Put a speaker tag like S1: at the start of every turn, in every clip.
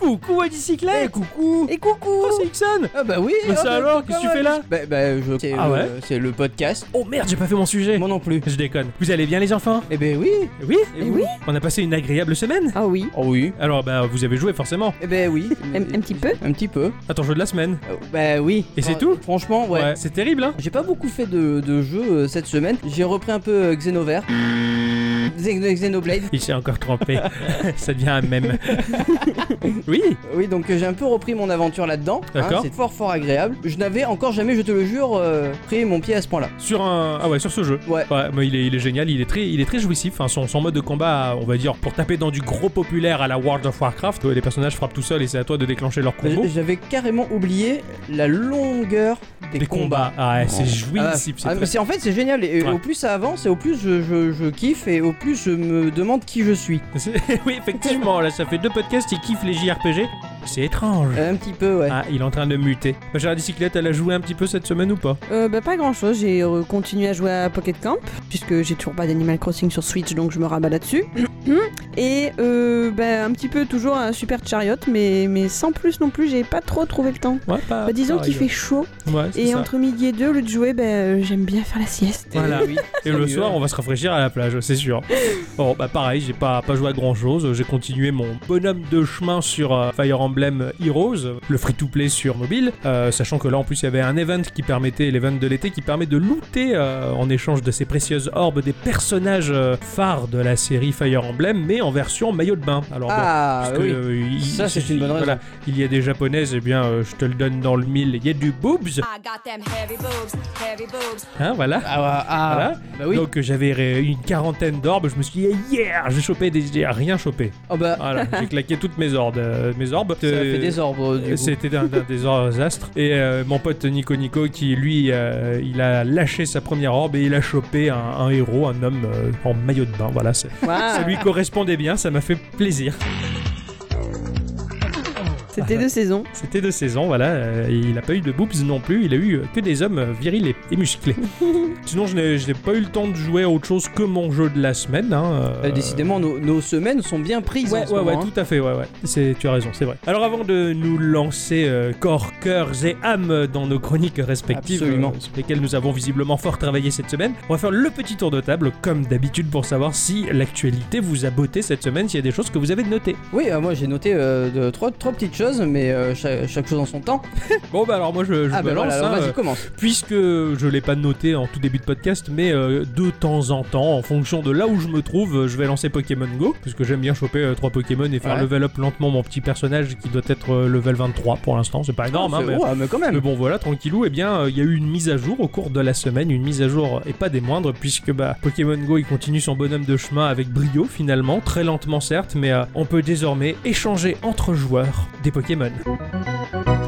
S1: Coucou à bicyclette
S2: Eh, coucou
S1: Et coucou
S2: Oh, c'est Ixon
S1: Ah bah oui
S2: Mais
S1: oh,
S2: ça
S1: bah,
S2: alors,
S1: c'est
S2: qu'est-ce que tu
S1: pas
S2: fais
S1: mal.
S2: là
S1: Bah bah je... C'est
S2: Ah
S1: le-
S2: ouais
S1: c'est le podcast.
S2: Oh merde, j'ai pas fait mon sujet
S1: Moi non plus.
S2: Je déconne. Vous allez bien les enfants
S1: Eh ben oui
S2: Oui
S1: Eh oui
S2: On a passé une agréable semaine
S3: Ah oui,
S1: Oh oui
S2: Alors bah vous avez joué forcément
S1: Eh ben oui
S3: un, un petit peu.
S1: Un petit peu.
S2: à ton jeu de la semaine.
S1: Euh, bah oui.
S2: Et c'est
S1: Fran-
S2: tout
S1: Franchement, ouais.
S2: c'est terrible hein
S1: J'ai pas beaucoup fait de, de jeux euh, cette semaine. J'ai repris un peu euh, Xenover. Xen- Xenoblade.
S2: Il s'est encore crampé. ça devient un mème. oui
S1: Oui, donc euh, j'ai un peu repris mon aventure là-dedans. hein,
S2: D'accord.
S1: c'est fort fort agréable. Je n'avais encore jamais, je te le jure, euh, pris mon pied à ce point-là.
S2: Sur un. Ah ouais, sur ce jeu.
S1: Ouais.
S2: mais il est, il est génial, il est très, il est très jouissif. Enfin, son, son mode de combat, on va dire, pour taper dans du gros populaire à la World of Warcraft, les personnages frappent tout seuls et c'est à toi de déclencher leur
S1: J-
S2: combo.
S1: J'avais carrément oublié la longueur des,
S2: Des combats. Ah ouais, c'est
S1: Ah,
S2: jouissif. c'est
S1: ah,
S2: très-
S1: mais c'est en fait c'est génial et et
S2: Ouais.
S1: au plus ça avance et au plus je, je- je kiffe et au plus je me demande qui je suis
S2: c'est- oui, effectivement, là, ça fait deux podcasts, il kiffe les JRPG. C'est étrange.
S1: un petit peu ouais
S2: Ah, il est en train de muter. Bah, Gérard Bicyclette, elle a joué un petit peu cette semaine ou pas
S3: Euh, bah, pas grand chose, j'ai euh, continué à jouer à Pocket Camp, puisque j'ai toujours pas d'Animal Crossing sur Switch, donc je me rabats là-dessus. Et euh, bah, un petit peu toujours un super chariot, mais, mais sans plus non plus, j'ai pas trop trouvé le temps.
S2: Ouais, pas.
S3: Bah, disons
S2: pas
S3: qu'il
S2: ailleurs.
S3: fait chaud,
S2: Ouais, Ah, c'est
S3: et
S2: ça.
S3: entre midi et deux, au lieu de jouer, bah, euh, j'aime bien faire la sieste.
S1: Et
S2: Voilà.
S1: Eh oui,
S2: Et
S1: c'est
S2: le
S1: mieux.
S2: soir, on va se rafraîchir à la plage, c'est sûr. Bon, bah pareil, j'ai pas, pas joué à grand chose. J'ai continué mon bonhomme de chemin sur euh, Fire Emblem Heroes, le free-to-play sur mobile. Euh, sachant que là, en plus, il y avait un event qui permettait, l'event de l'été, qui permet de looter euh, en échange de ces précieuses orbes des personnages euh, phares de la série Fire Emblem, mais en version maillot de bain. Alors, bon,
S1: ah
S2: parce que,
S1: oui
S2: euh, il-
S1: Ça,
S2: il-
S1: c'est une bonne raison.
S2: voilà, il y a des japonaises, et bien, euh, je te le donne dans le mille. Il y a du boobs,
S4: I got them heavy boobs, heavy boobs.
S2: hein, voilà.
S1: ah, ah,
S2: Voilà.
S1: bah oui
S2: Donc euh, j'avais ré- une quarantaine d'orbes, je me suis dit yeah, j'ai chopé des j'ai rien chopé.
S1: oh bah
S2: Voilà, j'ai claqué toutes mes orbes, euh, mes orbes.
S1: ça
S2: ah, Euh,
S1: fait des ordres du coup.
S2: C'était un, un des or- astres. Et euh, mon pote Nico Nico, qui lui, euh, il a lâché sa première orbe et il a chopé un, un héros, un homme euh, en maillot de bain. Voilà, c'est-
S1: Ah.
S2: ça lui correspondait bien, ça m'a fait plaisir. Ah.
S3: C'était deux saisons.
S2: C'était de saison, voilà. euh, et il n'a pas eu de boobs non plus, il a eu euh, que des hommes euh, virils et, et musclés. Sinon, je n'ai je n'ai pas eu le temps de jouer à autre chose que mon jeu de la semaine. hein, euh,
S1: Euh, décidément nos, nos semaines sont bien prises en
S2: Ouais,
S1: ce
S2: ouais, ouais,
S1: moment, hein.
S2: tout à fait, ouais, ouais. C'est, tu as raison, c'est vrai. Alors avant de nous lancer euh, corps, cœurs et âme dans nos chroniques respectives,
S1: Absolument.
S2: euh, sur lesquelles nous avons visiblement fort travaillé cette semaine, on va faire le petit tour de table, comme d'habitude, pour savoir si l'actualité vous a botté cette semaine, s'il y a des choses que vous avez notées.
S1: oui euh, moi j'ai noté euh, de- trois, trois petites choses mais euh, cha- chaque chose en son temps
S2: Bon, bah alors moi je, je
S1: ah bah
S2: balance,
S1: voilà, alors
S2: hein,
S1: vas-y
S2: euh,
S1: commence
S2: puisque je l'ai pas noté en tout début de podcast, mais euh, de temps en temps, en fonction de là où je me trouve, euh, je vais lancer Pokémon Go, puisque j'aime bien choper euh, trois Pokémon et faire
S1: Ouais.
S2: level up lentement mon petit personnage qui doit être euh, level 23 pour l'instant, c'est pas énorme, hein,
S1: Ah, C'est-
S2: mais...
S1: ouais, Oh, mais quand même
S2: Mais bon voilà, tranquillou, eh bien euh, il y a eu une mise à jour au cours de la semaine, une mise à jour euh, et pas des moindres, puisque bah, Pokémon Go il continue son bonhomme de chemin avec brio finalement, très lentement certes, mais euh, on peut désormais échanger entre joueurs des Pokémon.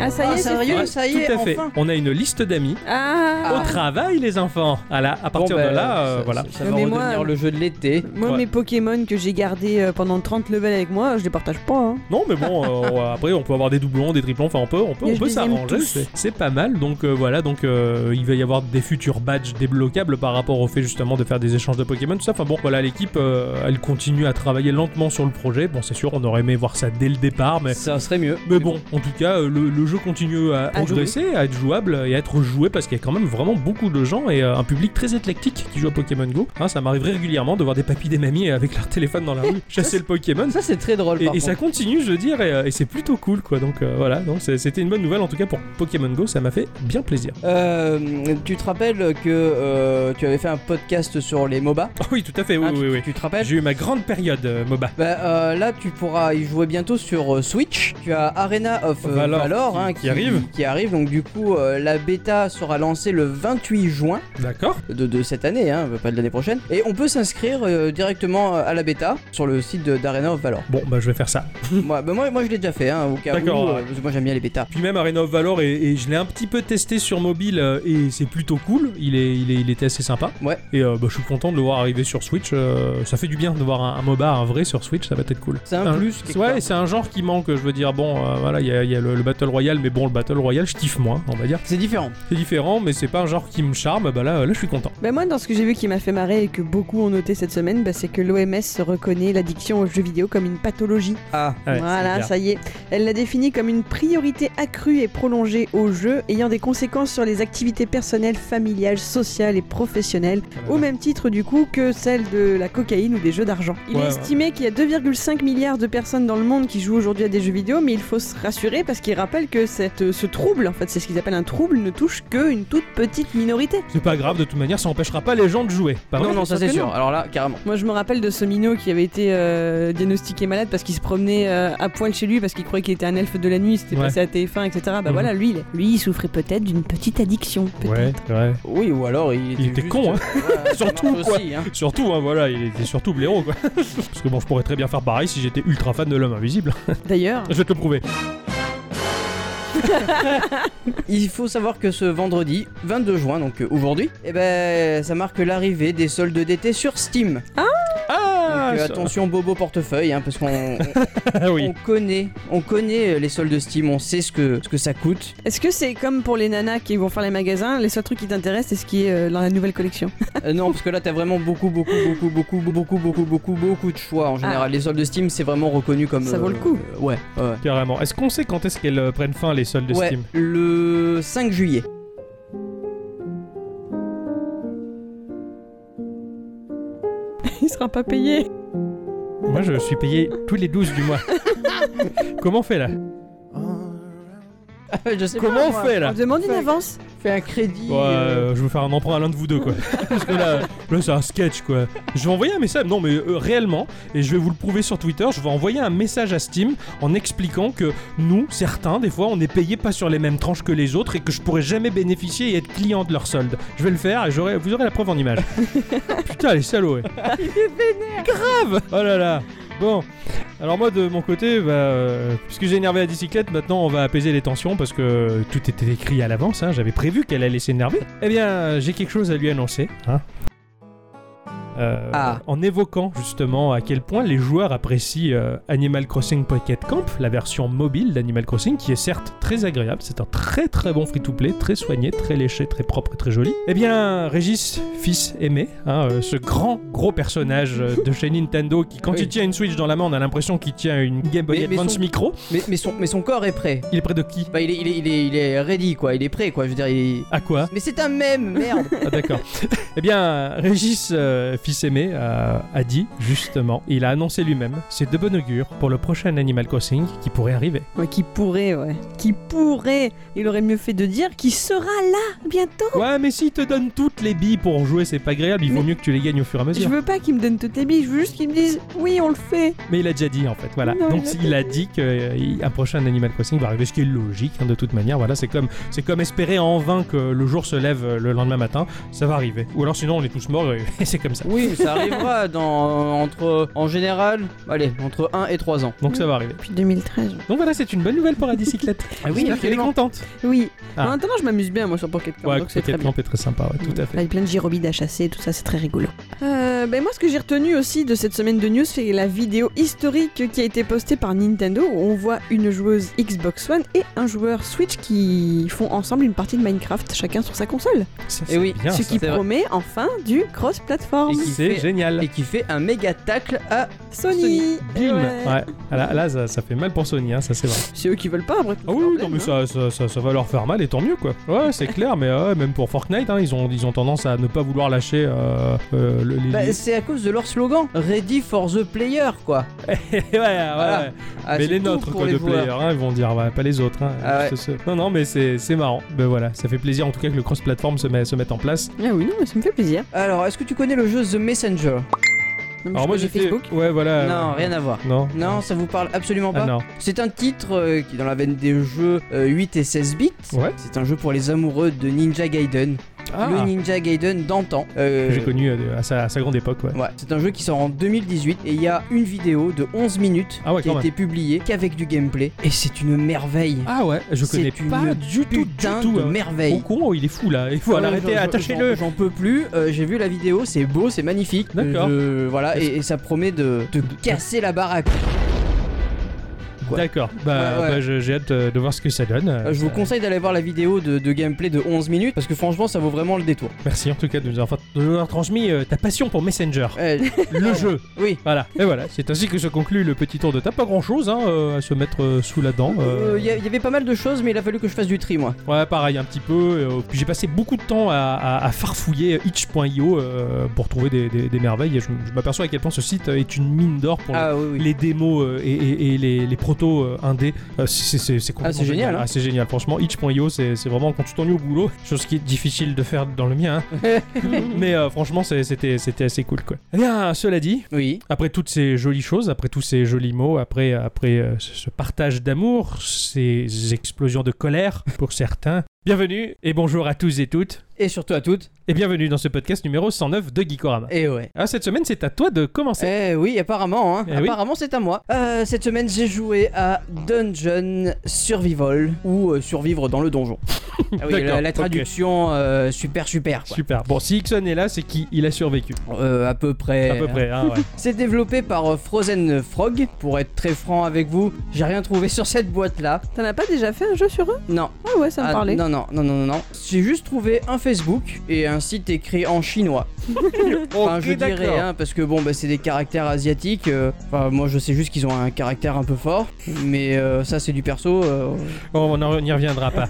S3: Ah, ça y
S1: Ah,
S3: est, c'est
S1: sérieux
S3: fait.
S1: ça y est
S2: Tout à fait,
S1: enfin
S2: on a une liste d'amis.
S3: Ah, ben,
S2: Au travail les enfants Voilà, à partir
S1: Bon, bah,
S2: de là, euh,
S1: ça-
S2: voilà.
S1: ça, ça
S3: Mais
S1: va
S3: moi,
S1: redevenir le jeu de l'été
S3: Moi,
S2: Ah. Ouais.
S3: mes Pokémon que j'ai gardés euh, pendant 30 levels avec moi, je les partage pas. hein.
S2: Non, mais bon, euh, on- après on peut avoir des doublons, des triplons, enfin on peut, on peut,
S3: Mais
S2: on
S3: je
S2: peut
S3: les aime
S2: s'arranger.
S3: tous.
S2: C'est- C'est pas mal, donc euh, voilà, donc euh, il va y avoir des futurs badges débloquables par rapport au fait justement de faire des échanges de Pokémon, tout ça. Enfin bon, voilà, l'équipe, euh, elle continue à travailler lentement sur le projet. Bon, c'est sûr, on aurait aimé voir ça dès le départ, mais
S1: ça serait mieux
S2: mais bon, en tout cas, euh, le, le jeu continue à progresser, à être jouable et à être joué parce qu'il y a quand même vraiment beaucoup de gens et euh, un public très éclectique qui joue à Pokémon Go. Hein, ça m'arrive régulièrement de voir des papis, des mamies avec leur téléphone dans la rue chasser le Pokémon.
S1: ça c'est très drôle
S2: Et,
S1: par
S2: et
S1: contre.
S2: ça continue, je veux dire, et, euh, et c'est plutôt cool, quoi. Donc euh, voilà, donc c'est- c'était une bonne nouvelle, en tout cas pour Pokémon Go, ça m'a fait bien plaisir.
S1: Euh, tu te rappelles que euh, tu avais fait un podcast sur les MOBA
S2: Oh oui, tout à fait, oui,
S1: Hein,
S2: oui,
S1: tu,
S2: oui.
S1: tu te rappelles
S2: J'ai eu ma grande période, euh, MOBA.
S1: bah, euh, là, tu pourras y jouer bientôt sur euh, Switch. Tu as Arena of euh,
S2: Valor
S1: Valor,
S2: qui-
S1: hein,
S2: qui arrive.
S1: Qui arrive. Donc, du coup, euh, la bêta sera lancée le 28 juin
S2: D'accord
S1: de, de cette année, hein, pas de l'année prochaine. Et on peut s'inscrire euh, directement à la bêta sur le site de- d'Arena of Valor.
S2: Bon, bah je vais faire ça.
S1: moi, bah, moi, moi, je l'ai déjà fait, hein, au cas où.
S2: D'accord,
S1: euh,
S2: ouais.
S1: parce que moi, j'aime bien les bêtas.
S2: Puis même Arena of Valor, et, et je l'ai un petit peu testé sur mobile, euh, et c'est plutôt cool. Il, est, il, est- il était assez sympa.
S1: Ouais.
S2: Et euh, bah, je suis content de le voir arriver sur Switch. euh, ça fait du bien de voir un, un MOBA, un vrai sur Switch, ça va être cool.
S1: C'est un plus, quelque
S2: Ouais,
S1: part.
S2: c'est un genre qui manque, je veux dire. Bon, euh, voilà, euh, il y a, il y a le, le Battle Royale Royale, mais bon, le Battle Royale, je kiffe moins, on va dire.
S1: C'est différent.
S2: C'est différent, mais c'est pas un genre qui me charme. Bah là, là, je suis content.
S3: Bah moi, dans ce que j'ai vu qui m'a fait marrer et que beaucoup ont noté cette semaine, bah, c'est que l'OMS reconnaît l'addiction aux jeux vidéo comme une pathologie.
S1: Ah,
S2: Ouais, c'est
S3: voilà,
S2: bien.
S3: ça y est. Elle l'a définie comme une priorité accrue et prolongée aux jeux ayant des conséquences sur les activités personnelles, familiales, sociales et professionnelles, au même titre du coup que celle de la cocaïne ou des jeux d'argent. Il
S2: Ouais,
S3: est estimé qu'il y a 2,5 milliards de personnes dans le monde qui jouent aujourd'hui à des jeux vidéo, mais il faut se rassurer parce qu'il rappelle que cette, ce trouble, en fait c'est ce qu'ils appellent un trouble, ne touche qu'une toute petite minorité.
S2: C'est pas grave, de toute manière, ça empêchera pas les gens de jouer. Pas
S1: non,
S2: vrai
S1: non, ça c'est
S3: sûr que
S1: sûr. Alors là, carrément.
S3: Moi, je me rappelle de ce minot qui avait été euh, diagnostiqué malade parce qu'il se promenait euh, à poil chez lui parce qu'il croyait qu'il était un elfe de la nuit, c'était
S2: Ouais.
S3: passé à TF1, etc. Bah
S2: Mhm.
S3: voilà, lui, il, lui, il souffrait peut-être d'une petite addiction.
S2: Ouais,
S3: Peut-être.
S2: ouais.
S1: Oui, ou alors il était,
S2: Il était
S1: juste- euh,
S2: con, hein.
S1: Voilà, ça
S2: Surtout,
S1: marche
S2: quoi.
S1: aussi, hein.
S2: Surtout, hein, voilà, il était surtout blaireau, quoi. Parce que bon, je pourrais très bien faire pareil si j'étais ultra fan de l'homme invisible.
S3: D'ailleurs,
S2: Je vais te le prouver.
S1: Il faut savoir que ce vendredi 22 juin, donc euh, aujourd'hui, eh ben, ça marque l'arrivée des soldes d'été sur Steam.
S2: Ah
S1: Donc, euh,
S2: ça-
S1: attention, bobo portefeuille, hein, parce qu'on
S2: Ah oui.
S1: on connaît, on connaît euh, les soldes Steam, on sait ce que, ce que ça coûte.
S3: est-ce que c'est comme pour les nanas qui vont faire les magasins, les seuls trucs qui t'intéressent, c'est ce qui est euh, dans la nouvelle collection
S1: Euh, non, parce que là, t'as vraiment beaucoup, beaucoup, beaucoup, beaucoup, beaucoup, beaucoup, beaucoup, beaucoup de choix en général. Les soldes Steam, c'est vraiment reconnu comme.
S3: Ah. Ça vaut le coup.
S1: euh, ouais, ouais.
S2: Carrément. Est-ce qu'on sait quand est-ce qu'elles euh, prennent fin les soldes de
S1: ouais,
S2: Steam
S1: le 5 juillet.
S3: Il sera pas payé.
S2: Moi, je suis payé tous les 12 du mois. Comment on fait là
S1: Je sais
S2: Comment on
S1: moi.
S2: fait
S3: On
S2: là
S3: demande une avance.
S1: Fais un crédit.
S2: Ouais,
S1: euh,
S2: euh, je veux faire un emprunt à l'un de vous deux quoi. Parce que là, là c'est un sketch quoi. Je vais envoyer un message, non mais euh, réellement, et je vais vous le prouver sur Twitter, je vais envoyer un message à Steam en expliquant que nous, certains, des fois, on est payés pas sur les mêmes tranches que les autres et que je pourrais jamais bénéficier et être client de leur solde. Je vais le faire et j'aurai, vous aurez la preuve en image. Putain, les salauds, ouais. Grave Oh là là Bon, alors moi de mon côté, bah, euh, puisque j'ai énervé la bicyclette, maintenant on va apaiser les tensions parce que tout était écrit à l'avance, hein, j'avais prévu qu'elle allait s'énerver. Eh bien, euh, j'ai quelque chose à lui annoncer. hein. Euh,
S1: Ah.
S2: En évoquant justement à quel point les joueurs apprécient euh, Animal Crossing Pocket Camp, la version mobile d'Animal Crossing, qui est certes très agréable, c'est un très très bon free-to-play, très soigné, très léché, très propre et très joli. Eh bien, Régis, fils aimé, hein, euh, ce grand gros personnage euh, de chez Nintendo qui, quand
S1: Oui.
S2: il tient une Switch dans la main, on a l'impression qu'il tient une Game Boy
S1: Mais- mais
S2: Advance
S1: son-
S2: micro.
S1: mais, mais son, mais son corps est prêt.
S2: Il est près de qui
S1: Bah, il est, il, est, il, est, il est ready, quoi. Il est prêt, quoi. Je veux dire, il est-
S2: À quoi
S1: Mais c'est un même, merde.
S2: Ah d'accord. eh bien, Régis, euh, fils aimé, euh, a dit justement, il a annoncé lui-même, c'est de bon augure pour le prochain Animal Crossing qui pourrait arriver.
S3: Ouais, qui pourrait, ouais. Qui pourrait. Il aurait mieux fait de dire qui sera là bientôt.
S2: Ouais, mais s'il te donne toutes les billes pour jouer, c'est pas agréable, il vaut
S3: Mais-
S2: mieux que tu les gagnes au fur et à mesure.
S3: Je veux pas qu'il me donne toutes les billes, je veux juste qu'il me dise oui, on le fait.
S2: Mais il a déjà dit en fait, voilà.
S3: Non,
S2: Donc il
S3: il a
S2: a dit qu'un prochain Animal Crossing va arriver, ce qui est logique hein, de toute manière. Voilà, c'est comme c'est comme espérer en vain que le jour se lève euh, le lendemain matin, ça va arriver. Ou alors sinon on est tous morts et, et c'est comme ça.
S1: Oui, mais ça arrivera dans entre en général, allez, entre 1 et 3 ans.
S2: Donc ça va arriver.
S3: Depuis 2013.
S2: Donc voilà, c'est une bonne nouvelle pour la bicyclette.
S1: Ah oui,
S2: J'espère qu'elle est
S1: absolument.
S2: contente.
S3: Oui.
S2: Ah.
S3: En attendant, je m'amuse bien moi sur Pocket Camp,
S2: Ouais,
S3: donc c'est très
S2: Pocket
S3: bien.
S2: Camp est très sympa, ouais, tout à
S3: Là,
S2: fait.
S3: il y a plein de gyrobides à chasser, tout ça, c'est très rigolo. Euh, ben moi, ce que j'ai retenu aussi de cette semaine de news, c'est la vidéo historique qui a été postée par Nintendo où on voit une joueuse Xbox One et un joueur Switch qui font ensemble une partie de Minecraft, chacun sur sa console.
S2: Ça,
S1: Et
S2: c'est
S1: oui,
S2: bien,
S3: ce
S2: Ah, ça.
S3: qui
S1: c'est vrai.
S3: promet enfin du
S1: Et
S3: cross-platform.
S1: qui
S2: c'est
S1: fait-
S2: génial.
S1: Et qui fait un méga tacle à.
S3: Sony,
S1: Sony.
S2: Bim.
S3: Ouais.
S2: Ouais. Ah Là, là, ça, ça fait mal pour Sony, hein, ça c'est vrai.
S3: C'est eux qui veulent pas, après.
S2: Ah oui, oui, non,
S3: hein.
S2: mais ça, ça, ça, ça va leur faire mal et tant mieux quoi. Ouais, c'est clair, mais euh, même pour Fortnite, hein, ils, ont, ils ont tendance à ne pas vouloir lâcher euh, euh, le, les.
S1: Bah,
S2: les-
S1: c'est à cause de leur slogan, Ready for the player, quoi.
S2: ouais, ouais, ouais.
S1: Ah,
S2: mais
S1: c'est
S2: les
S1: tout
S2: nôtres
S1: pour
S2: quoi,
S1: les
S2: de
S1: joueurs.
S2: players, hein, ils vont dire, ouais, pas les autres. hein,
S1: Ah ouais.
S2: juste ceux- Non, non, mais c'est c'est marrant. Ben voilà, ça fait plaisir en tout cas que le cross-platform se, met- se mette en place.
S3: Ah oui, non, mais ça me fait plaisir.
S1: Alors, est-ce que tu connais le jeu The Messenger
S3: Non, mais
S2: Alors moi
S3: je connais
S2: j'ai fait.
S3: Facebook.
S2: Ouais, voilà.
S1: Non, rien à voir.
S2: Non.
S1: Non, ça vous parle absolument
S2: Ah
S1: pas.
S2: non.
S1: C'est un titre euh, qui est dans la veine des jeux euh, 8 et 16 bits.
S2: Ouais.
S1: C'est un jeu pour les amoureux de Ninja Gaiden.
S2: Ah,
S1: Le Ninja Gaiden d'antan. Euh,
S2: que j'ai connu euh, à, sa, à sa grande époque, ouais.
S1: Ouais, c'est un jeu qui sort en 2018 et il y a une vidéo de 11 minutes
S2: Ah ouais,
S1: qui
S2: quand
S1: a été publiée qu'avec du gameplay et c'est une merveille.
S2: Ah ouais, je
S1: C'est
S2: connais
S1: une
S2: pas du tout, du
S1: Putain
S2: tout.
S1: de
S2: hein. Au
S1: merveille. Ah
S2: con, il est fou là. Il faut
S1: Ouais,
S2: l'arrêter,
S1: j'en-
S2: attachez-le.
S1: j'en- J'en peux plus, euh, j'ai vu la vidéo, c'est beau, c'est magnifique.
S2: D'accord.
S1: Euh, je- voilà, et, et ça promet de, de
S2: De-
S1: casser la baraque. quoi.
S2: D'accord. Bah,
S1: Ouais, ouais.
S2: bah, je- j'ai hâte euh, de voir ce que ça donne.
S1: Euh, Je vous conseille d'aller voir la vidéo de, de gameplay de 11 minutes parce que franchement ça vaut vraiment le détour.
S2: Merci en tout cas de nous avoir, de nous avoir transmis euh, ta passion pour Messenger,
S1: Euh,
S2: le jeu.
S1: oui.
S2: Voilà. Et voilà. C'est ainsi que se conclut le petit tour de table. Pas grand chose à se mettre euh, sous la dent. euh.
S1: Euh, Il y, a- il y avait pas mal de choses mais il a fallu que je fasse du tri moi.
S2: Ouais, pareil, un petit peu. euh, puis j'ai passé beaucoup de temps à, à- à farfouiller itch.io euh, pour trouver des, des- des merveilles. Et je, je m'aperçois à quel point ce site est une mine d'or pour
S1: Ah oui, oui.
S2: les démos euh, et, et- et les, les protos euh, indés. Euh, c'est- c'est c'est complètement
S1: Ah, c'est génial, hein.
S2: Ah, c'est génial. Franchement, itch.io, c'est c'est vraiment quand tu t'ennuies au boulot, chose qui est difficile de faire dans le mien. hein. Mais euh, franchement, c'est- c'était c'était assez cool, quoi. Eh bien, cela dit,
S1: Oui.
S2: après toutes ces jolies choses, après tous ces jolis mots, après, après euh, ce ce partage d'amour, ces explosions de colère pour certains, bienvenue et bonjour à tous et toutes,
S1: Et surtout à toutes.
S2: et bienvenue dans ce podcast numéro 109 de Geekorama.
S1: Et ouais.
S2: Ah, cette semaine, c'est à toi de commencer.
S1: Eh oui, apparemment, hein.
S2: Eh oui.
S1: apparemment c'est à moi. Euh, cette semaine j'ai joué à Dungeon Survival ou euh, survivre dans le donjon. Ah oui,
S2: D'accord,
S1: la, la
S2: ok.
S1: traduction euh, super super. Quoi.
S2: Super. Bon, si Ixon est là, c'est qu'il a survécu.
S1: Euh, à peu près.
S2: À peu près, hein, ouais.
S1: C'est développé par euh, Frozen Frog. Pour être très franc avec vous, j'ai rien trouvé sur cette boîte là.
S3: T'en as pas déjà fait un jeu sur eux
S1: Non,
S3: Ah ouais, ça me
S1: Ah,
S3: parlait.
S1: Non, non, non, non, non, non. J'ai juste trouvé un Facebook et un site écrit en chinois. Enfin, je dirais, hein, parce que bon, bah, c'est des caractères asiatiques. euh, Enfin, moi, je sais juste qu'ils ont un caractère un peu fort, mais euh, ça, c'est du perso. euh,
S2: On en- on n'y reviendra pas.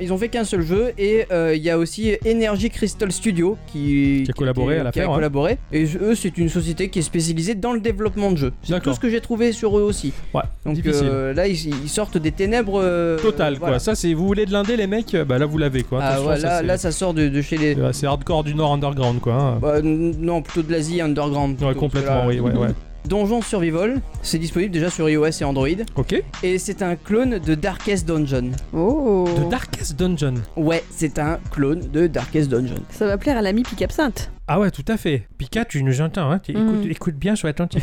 S1: Ils ont fait qu'un seul jeu et euh, il y a aussi Energy Crystal Studio qui,
S2: Qui a collaboré à
S1: qui- qui
S2: l'affaire,
S1: a
S2: hein.
S1: collaboré. Et je- eux, c'est une société qui est spécialisée dans le développement de jeux. C'est
S2: D'accord.
S1: tout ce que j'ai trouvé sur eux aussi.
S2: Ouais,
S1: Donc
S2: difficile.
S1: euh, là, ils, ils sortent des ténèbres euh,
S2: Total,
S1: euh,
S2: quoi.
S1: voilà.
S2: Ça, c'est vous voulez de l'indé, les mecs, bah là, vous l'avez, quoi.
S1: Ah,
S2: Attention,
S1: ouais,
S2: ça,
S1: là,
S2: c'est-
S1: là, ça sort de, de chez les.
S2: Ouais, c'est hardcore du Nord underground, quoi. hein.
S1: Bah, n- non, plutôt de l'Asie underground.
S2: Ouais,
S1: plutôt,
S2: complètement,
S1: parce que
S2: oui,
S1: là-
S2: ouais, ouais.
S1: Donjon Survival, c'est disponible déjà sur iOS et Android.
S2: Ok.
S1: Et c'est un clone de Darkest Dungeon.
S3: Oh
S2: The Darkest Dungeon.
S1: Ouais, c'est un clone de Darkest Dungeon.
S3: Ça va plaire à l'ami Pic Absinthe.
S2: Ah ouais, tout à fait. Pika, tu nous entends, hein Tu-
S3: Mm.
S2: écoute, écoute bien, sois attentif.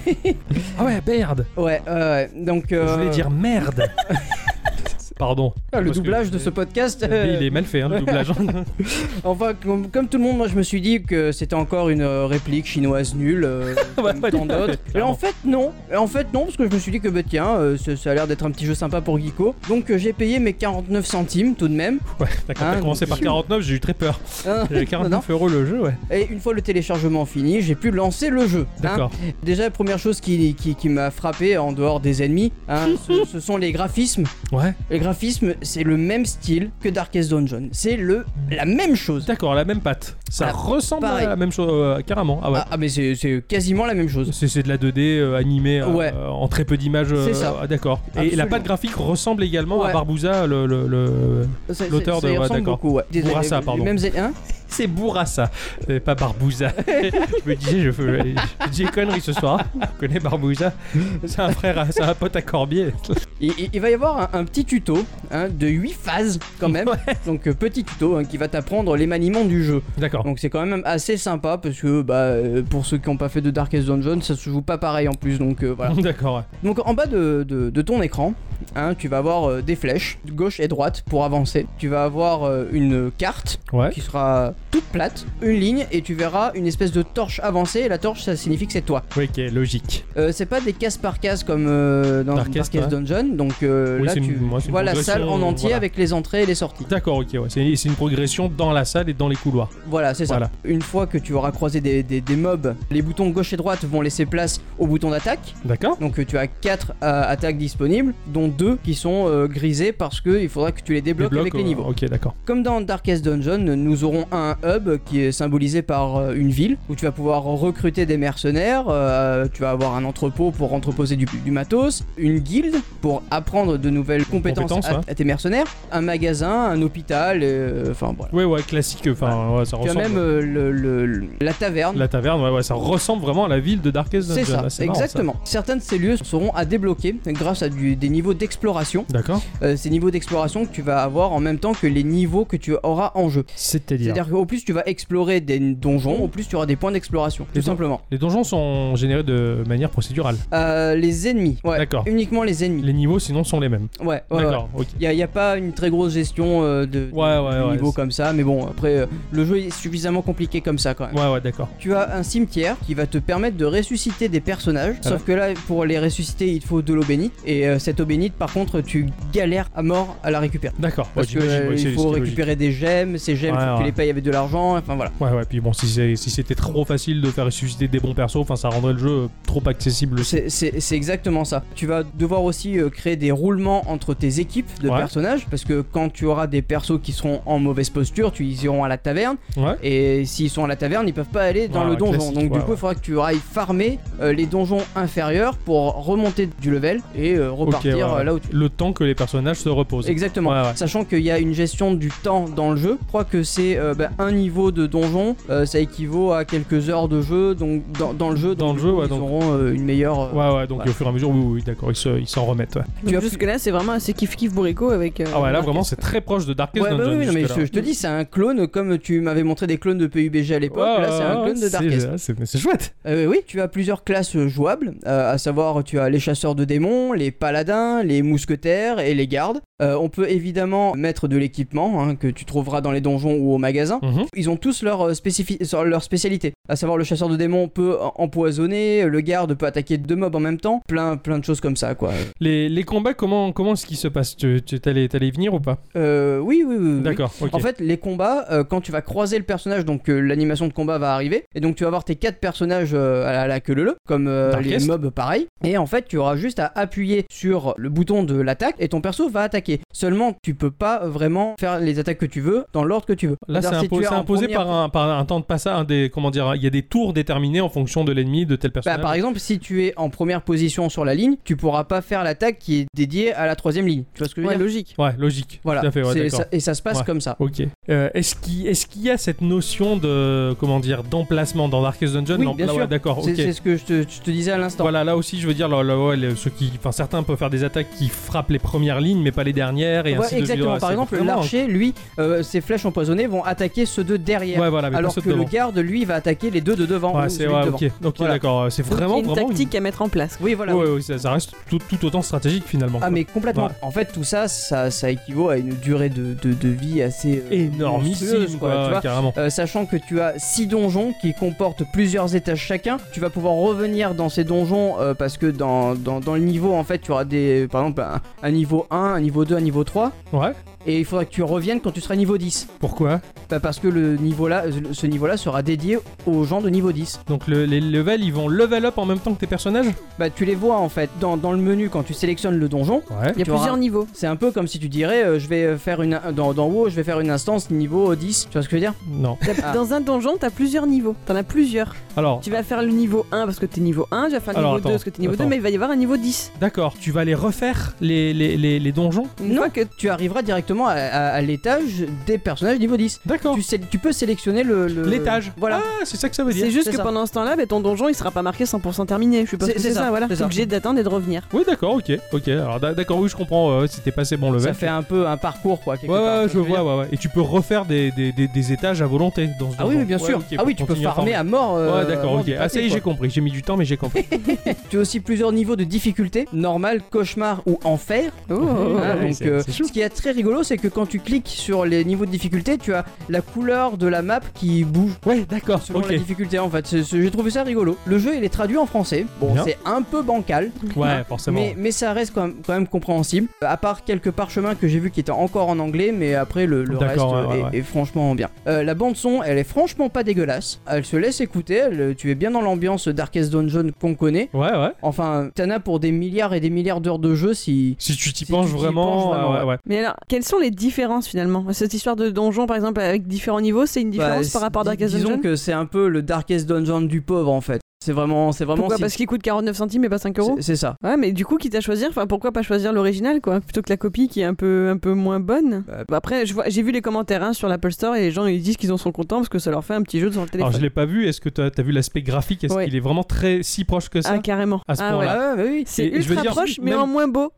S2: ah ouais, merde.
S1: Ouais, euh, ouais. Donc.
S2: Je
S1: euh,
S2: voulais dire merde. Pardon.
S1: ah, le
S2: Parce que-
S1: doublage de ce podcast.
S2: Mais
S1: euh,
S2: il est mal fait, hein, le doublage.
S1: Enfin, com- comme tout le monde, moi je me suis dit que c'était encore une euh, réplique chinoise nulle, euh,
S2: Ouais,
S1: comme
S2: ouais, tout
S1: tant
S2: à fait,
S1: d'autres. Et
S2: clairement.
S1: en fait, non. Et en fait, non, parce que je me suis dit que bah, tiens, euh, ça ça a l'air d'être un petit jeu sympa pour Geeko. Donc euh, j'ai payé mes 49 centimes tout de même.
S2: ouais, t'as quand t'as
S1: Hein,
S2: commencé par 49, j'ai eu très peur.
S1: Hein,
S2: J'avais
S1: non. Hein
S2: 49 euros le jeu, ouais.
S1: Et une fois le téléchargement fini, j'ai pu lancer le jeu. hein.
S2: D'accord.
S1: Déjà, la première chose qui, qui- qui m'a frappé en dehors des ennemis, hein, ce, ce sont les graphismes.
S2: Ouais.
S1: Les graphismes, c'est le même style que Darkest Dungeon. C'est le la même chose.
S2: D'accord, la même patte. Ça
S1: Ah,
S2: ressemble
S1: pareil.
S2: à la même chose, euh, carrément. Ah ouais.
S1: Ah, ah, mais c'est c'est quasiment la même chose.
S2: C'est c'est de la 2D euh, animée euh,
S1: Ouais.
S2: euh, en très peu d'images. euh,
S1: C'est ça.
S2: ah, D'accord. Et
S1: Absolument.
S2: la patte graphique ressemble également à
S1: Ouais.
S2: Barbouzza, le. le, le-
S1: Ça- ça-
S2: L'auteur
S1: ça
S2: de-
S1: y
S2: ouais,
S1: ressemble
S2: d'accord.
S1: beaucoup, ouais. Des-
S2: Bourassa,
S1: les- les
S2: pardon.
S1: mêmes en- hein
S2: C'est Bourassa, euh, pas Barbouzza. je me disais, je, fais- je dis des conneries ce soir. Je connais Barbouzza. C'est un frère, à- c'est un pote à Corbier.
S1: il, il- il va y avoir un, un petit tuto hein, de 8 phases quand même. Donc euh, petit tuto hein, qui va t'apprendre les maniements du jeu.
S2: D'accord.
S1: Donc c'est quand même assez sympa parce que bah, euh, pour ceux qui n'ont pas fait de Darkest Dungeon, ça se joue pas pareil en plus. Donc euh, voilà.
S2: D'accord. ouais.
S1: Donc en bas de, de- de ton écran, hein, tu vas avoir euh, des flèches, gauche et droite, pour avancer. Tu vas avoir euh, une carte
S2: Ouais.
S1: qui sera toute plate, une ligne, et tu verras une espèce de torche avancée. Et la torche, ça signifie que c'est toi.
S2: Oui, ok, logique.
S1: Euh, c'est pas des cases par case comme euh, dans
S2: Darkest,
S1: Darkest,
S2: ouais.
S1: Dungeon, donc euh,
S2: Oui,
S1: là
S2: c'est
S1: tu,
S2: une- moi,
S1: tu
S2: c'est une
S1: vois la
S2: progression,
S1: salle en entier
S2: voilà.
S1: avec les entrées et les sorties.
S2: D'accord, ok, ouais. C'est c'est une progression dans la salle et dans les couloirs.
S1: Voilà, c'est ça.
S2: Voilà.
S1: Une fois que tu auras croisé des, des- des mobs, les boutons gauche et droite vont laisser place aux boutons d'attaque.
S2: D'accord
S1: Donc euh, tu as 4 attaques disponibles, dont 2 qui sont euh, grisées parce que il faudra que tu les débloques
S2: blocs,
S1: avec les
S2: euh,
S1: niveaux.
S2: Ok, d'accord.
S1: Comme dans Darkest Dungeon, nous aurons un hub qui est symbolisé par euh, une ville où tu vas pouvoir recruter des mercenaires, euh, tu vas avoir un entrepôt pour entreposer du, du matos, une guilde pour apprendre de nouvelles compétences,
S2: Compétences,
S1: à,
S2: ouais.
S1: à tes mercenaires, un magasin, un hôpital, euh, enfin voilà.
S2: Ouais, ouais, classique. Enfin, ouais, ça
S1: Tu as
S2: ressemble.
S1: même euh, le- le- le- la taverne.
S2: La taverne, ouais, ouais, ça ressemble vraiment à la ville de Darkest Dungeon.
S1: C'est ça,
S2: Ah, marrant,
S1: exactement. Certains de ces lieux seront à débloquer grâce à du- des niveaux d'exploration.
S2: D'accord.
S1: Euh, ces niveaux d'exploration que tu vas avoir en même temps que les niveaux que tu auras en jeu.
S2: C'est-à-dire.
S1: C'est-à-dire qu'au plus tu vas explorer des donjons, au plus tu auras des points d'exploration, tout
S2: Et donc-
S1: simplement.
S2: Les donjons sont générés de manière procédurale.
S1: Euh, les ennemis, ouais.
S2: D'accord.
S1: Uniquement les ennemis.
S2: Les niveaux, sinon, sont les mêmes.
S1: Ouais, ouais, ouais.
S2: D'accord, ok.
S1: Il n'y a, pas une très grosse gestion euh, de,
S2: Ouais, ouais,
S1: de
S2: ouais.
S1: niveau comme ça, mais bon, après, euh, le jeu est suffisamment compliqué comme ça quand même.
S2: Ouais, ouais, d'accord.
S1: Tu as un cimetière qui va te permettre de ressusciter des personnages,
S2: Ah
S1: sauf que là, pour les ressusciter, il te faut de l'eau bénite, et euh, cette eau bénite, par contre, tu galères à mort à la récupérer.
S2: D'accord. Ouais,
S1: Parce que
S2: j'imagine,
S1: euh,
S2: ouais, c'est-
S1: il faut
S2: c'est logique.
S1: récupérer des gemmes, ces gemmes,
S2: Ouais,
S1: faut que tu
S2: ouais.
S1: les payes avec de l'argent, enfin voilà.
S2: Ouais, ouais, puis bon, si, c'est- si c'était trop facile de faire ressusciter des bons persos, enfin, ça rendrait le jeu euh, trop accessible aussi.
S1: C'est- C'est c'est exactement ça. Tu vas devoir aussi euh, créer des roulements entre tes équipes de
S2: Ouais.
S1: personnages parce que quand tu auras des persos qui seront en mauvaise posture, tu ils iront à la taverne
S2: Ouais.
S1: et s'ils sont à la taverne, ils peuvent pas aller dans
S2: Ouais,
S1: le
S2: ouais,
S1: donjon.
S2: classique,
S1: Donc du
S2: ouais,
S1: coup, il
S2: ouais.
S1: faudra que tu ailles farmer euh, les donjons inférieurs pour remonter du level et euh, repartir
S2: ouais, ouais.
S1: euh, là où tu
S2: Le temps que les personnages se reposent.
S1: Exactement.
S2: Ouais, ouais.
S1: Sachant qu'il y a une gestion du temps dans le jeu. Je crois que c'est euh, bah, un niveau de donjon, euh, ça équivaut à quelques heures de jeu. Donc dans, dans le jeu,
S2: Dans
S1: donc,
S2: le
S1: du
S2: jeu,
S1: coup,
S2: ouais,
S1: ils
S2: donc-
S1: auront euh, une meilleure. euh,
S2: Ouais, ouais, donc
S1: Ouais.
S2: au fur et à mesure, oui, oui, d'accord, ils se- ils s'en remettent. ouais.
S1: Tu as plus-
S3: Jusque là, c'est vraiment assez kiff kiff bourrico avec. euh,
S2: Ah ouais, là
S3: Marc.
S2: vraiment, c'est très proche de Darkest
S1: Ouais, bah
S2: Dungeon.
S1: oui, non, mais
S2: jusque-là.
S1: je, je te dis, c'est un clone comme tu m'avais montré des clones de PUBG à l'époque.
S2: Ouais,
S1: là, c'est un
S2: ouais,
S1: clone de
S2: ouais,
S1: Darkest.
S2: Oh, c'est- c'est- mais C'est chouette.
S1: Euh, oui, tu as plusieurs classes euh, jouables, euh, à savoir tu as les chasseurs de démons, les paladins, les mousquetaires et les gardes. Euh, on peut évidemment mettre de l'équipement hein, que tu trouveras dans les donjons ou au magasin.
S2: Mhm.
S1: Ils ont tous leur, euh, spécifi- sur- leur spécialité, à savoir le chasseur de démons peut euh, empoisonner, le garde peut attaquer deux mobs en même temps, plein plein de choses comme ça quoi.
S2: Les, les combats, comment, comment est-ce qu'ils se passent Tu tu- t'allais t'allais y venir ou pas
S1: Euh, oui, oui, oui. oui.
S2: D'accord, ok.
S1: En fait, les combats, euh, quand tu vas croiser le personnage, donc euh, l'animation de combat va arriver, et donc tu vas avoir tes quatre personnages euh, à, la, à la queue leu-leu, comme euh, les
S2: Darkest.
S1: mobs pareil, et en fait tu auras juste à appuyer sur le bouton de l'attaque et ton perso va attaquer. Seulement, tu peux pas vraiment faire les attaques que tu veux dans l'ordre que tu veux.
S2: Là, c'est
S1: C'est-à-dire, si
S2: impo-
S1: tu es
S2: c'est
S1: en
S2: imposé
S1: première-
S2: par, un, par un temps de passage, un des, comment dire, il y a des tours déterminés en fonction de l'ennemi, de tel
S1: Bah,
S2: personnage.
S1: par exemple, si tu es en première position sur la ligne, tu pourras pas faire l'attaque qui est dédiée à la troisième ligne. Tu vois ce que je veux
S3: Ouais,
S1: dire
S3: logique.
S2: Ouais, logique.
S1: Voilà,
S2: Tout à fait, ouais,
S1: C'est-
S2: d'accord.
S1: ça- et ça se passe
S2: Ouais.
S1: comme ça.
S2: Ok. Euh, est-ce qu'il est-ce qu'il y a cette notion de comment dire d'emplacement dans Darkest Dungeon
S1: Oui,
S2: Non,
S1: bien
S2: là, ouais,
S1: sûr.
S2: D'accord.
S1: C'est
S2: Ok.
S1: c'est ce que je te, je te disais à l'instant.
S2: Voilà, là aussi, je veux dire, là, là, ouais, les- ceux qui, enfin, certains peuvent faire des attaques qui frappent les premières lignes, mais pas les dernières, et
S1: Ouais,
S2: ainsi de suite.
S1: exactement.
S2: Ouais,
S1: Par
S2: c'est
S1: exemple,
S2: vraiment-
S1: l'archer, lui, euh, ses flèches empoisonnées vont attaquer ceux deux derrière.
S2: Ouais, voilà, mais
S1: alors
S2: pas ceux
S1: que
S2: de devant.
S1: le garde, lui, va attaquer les deux de devant.
S2: Ouais,
S1: ou
S2: c'est
S1: celui de
S2: ouais,
S1: devant.
S2: ok, ok,
S1: Voilà.
S2: d'accord. euh, C'est
S3: Donc,
S2: vraiment,
S3: il y a une
S2: vraiment une-
S3: tactique à mettre en place.
S1: Oui, voilà.
S2: Ouais, ouais, ça, ça reste tout, tout autant stratégique finalement.
S1: Ah
S2: quoi.
S1: mais complètement.
S2: Ouais.
S1: En fait tout ça, ça, ça équivaut à une durée de, de, de vie assez euh, monstrueuse,
S2: énormissime,
S1: quoi,
S2: quoi,
S1: tu vois.
S2: carrément.
S1: Euh, sachant que tu as six donjons qui comportent plusieurs étages chacun, tu vas pouvoir revenir dans ces donjons euh, parce que dans, dans, dans le niveau en fait tu auras des par exemple un, un niveau 1, un niveau 2, un niveau 3
S2: Ouais.
S1: et il faudra que tu reviennes quand tu seras niveau 10.
S2: Pourquoi
S1: Bah parce que le niveau là, euh, ce niveau là sera dédié aux gens de niveau 10.
S2: Donc le- les levels, ils vont level up en même temps que tes personnages
S1: Bah tu les vois en fait dans, dans le menu quand tu sélectionnes le donjon.
S2: Ouais.
S3: Il y a
S1: Tu
S3: plusieurs
S1: auras-
S3: niveaux.
S1: C'est un peu comme si tu dirais euh, je vais faire une dans, dans WoW, je vais faire une instance niveau 10. Tu vois ce que je veux dire
S2: Non.
S1: Ah.
S3: Dans un donjon, t'as plusieurs niveaux. T'en as plusieurs.
S2: Alors,
S3: Tu vas faire le niveau 1 parce que t'es niveau 1, tu vas faire le
S2: Alors,
S3: niveau
S2: attends,
S3: 2 parce que t'es niveau
S2: attends.
S3: 2, mais il va y avoir un niveau 10.
S2: d'accord, tu vas les refaire, les, les, les, les donjons
S3: Une
S1: Non.
S3: fois que
S1: Tu arriveras directement à, à- à l'étage des personnages niveau 10.
S2: D'accord.
S1: Tu, sé- tu peux sélectionner le, le-
S2: L'étage.
S1: Voilà.
S2: Ah, c'est ça que ça veut dire.
S3: C'est juste
S1: C'est
S3: que
S1: ça.
S3: pendant ce temps-là, bah, ton donjon il sera pas marqué 100% terminé. Je sais pas
S1: C'est-
S3: que
S1: c'est
S3: c'est ça,
S1: ça,
S3: voilà.
S1: c'est
S3: T'es
S1: ça.
S3: obligé d'attendre et de revenir.
S2: Oui, d'accord, ok, ok. Alors, d'a- d'accord, oui, je comprends. euh, si t'es passé bon level.
S1: ça fait un peu un parcours quoi. quelque
S2: Ouais,
S1: part,
S2: ouais,
S1: tu
S2: je
S1: vois ce que veux
S2: vois,
S1: dire
S2: ouais, ouais. Et tu peux refaire des, des, des, des étages à volonté dans ce
S1: Ah oui,
S2: donjon.
S1: oui, bien
S2: Ouais,
S1: sûr.
S2: ok,
S1: ah
S2: pour
S1: oui, tu peux
S2: continuer à
S1: farmer à mort. euh,
S2: Ouais, d'accord,
S1: mort
S2: ok.
S1: du
S2: Ah, ça y
S1: papier,
S2: est,
S1: quoi.
S2: j'ai compris. J'ai mis du temps, mais j'ai compris.
S1: Tu as aussi plusieurs niveaux de difficulté, normal, cauchemar ou enfer. Voilà,
S2: ouais,
S1: donc,
S2: Ah c'est-
S1: euh,
S2: c'est chaud.
S1: ce qui est très rigolo, c'est que quand tu cliques sur les niveaux de difficulté, tu as la couleur de la map qui bouge
S2: ouais, d'accord,
S1: selon
S2: ok.
S1: la difficulté. En fait, C'est- c'est- j'ai trouvé ça rigolo. Le jeu, il est traduit en français. Bon,
S2: Bien.
S1: c'est un peu bancal,
S2: Ouais, forcément.
S1: mais, mais ça reste quand même, quand même compréhensible. À part quelques parchemins que j'ai vu qui étaient encore en anglais, mais après le, le reste
S2: D'accord, ouais,
S1: est,
S2: ouais, ouais.
S1: est franchement bien. Euh, la bande son, elle est franchement pas dégueulasse. Elle se laisse écouter. elle- euh, tu es bien dans l'ambiance Darkest Dungeon qu'on connaît.
S2: Ouais, ouais.
S1: Enfin, t'en as pour des milliards et des milliards d'heures de jeu si
S2: Si tu t'y
S1: tu
S2: penches
S1: t'y
S2: vraiment, euh,
S1: penches vraiment,
S2: ouais, ouais.
S3: Mais alors, quelles sont les différences finalement Cette histoire de donjon par exemple avec différents niveaux, c'est une
S1: Bah,
S3: différence
S1: c'est-
S3: par rapport à
S1: dis-
S3: Darkest
S1: Disons
S3: Dungeon
S1: que c'est un peu le Darkest Dungeon du pauvre en fait. C'est vraiment, c'est vraiment.
S3: Pourquoi
S1: si-
S3: Parce qu'il coûte 49 centimes et pas 5 euros
S1: c'est- C'est ça.
S3: Ouais, mais du coup, quitte à choisir, enfin, pourquoi pas choisir l'original, quoi, plutôt que la copie qui est un peu, un peu moins bonne.
S2: Bah,
S3: Bah, Après, je vois- j'ai vu les commentaires hein, sur l'Apple Store et les gens ils disent qu'ils en sont contents parce que ça leur fait un petit jeu sur le
S2: Alors je
S3: téléphone.
S2: l'ai pas vu, est-ce que tu as, vu l'aspect graphique Est-ce
S3: Ouais.
S2: qu'il est vraiment très si proche que ça
S3: ah, carrément.
S2: À ce
S3: ah, ouais.
S2: point-là.
S1: Ah ouais, bah oui.
S3: C'est
S2: Et je veux
S3: ultra
S2: dire,
S3: proche, mais
S2: même-
S3: en moins beau.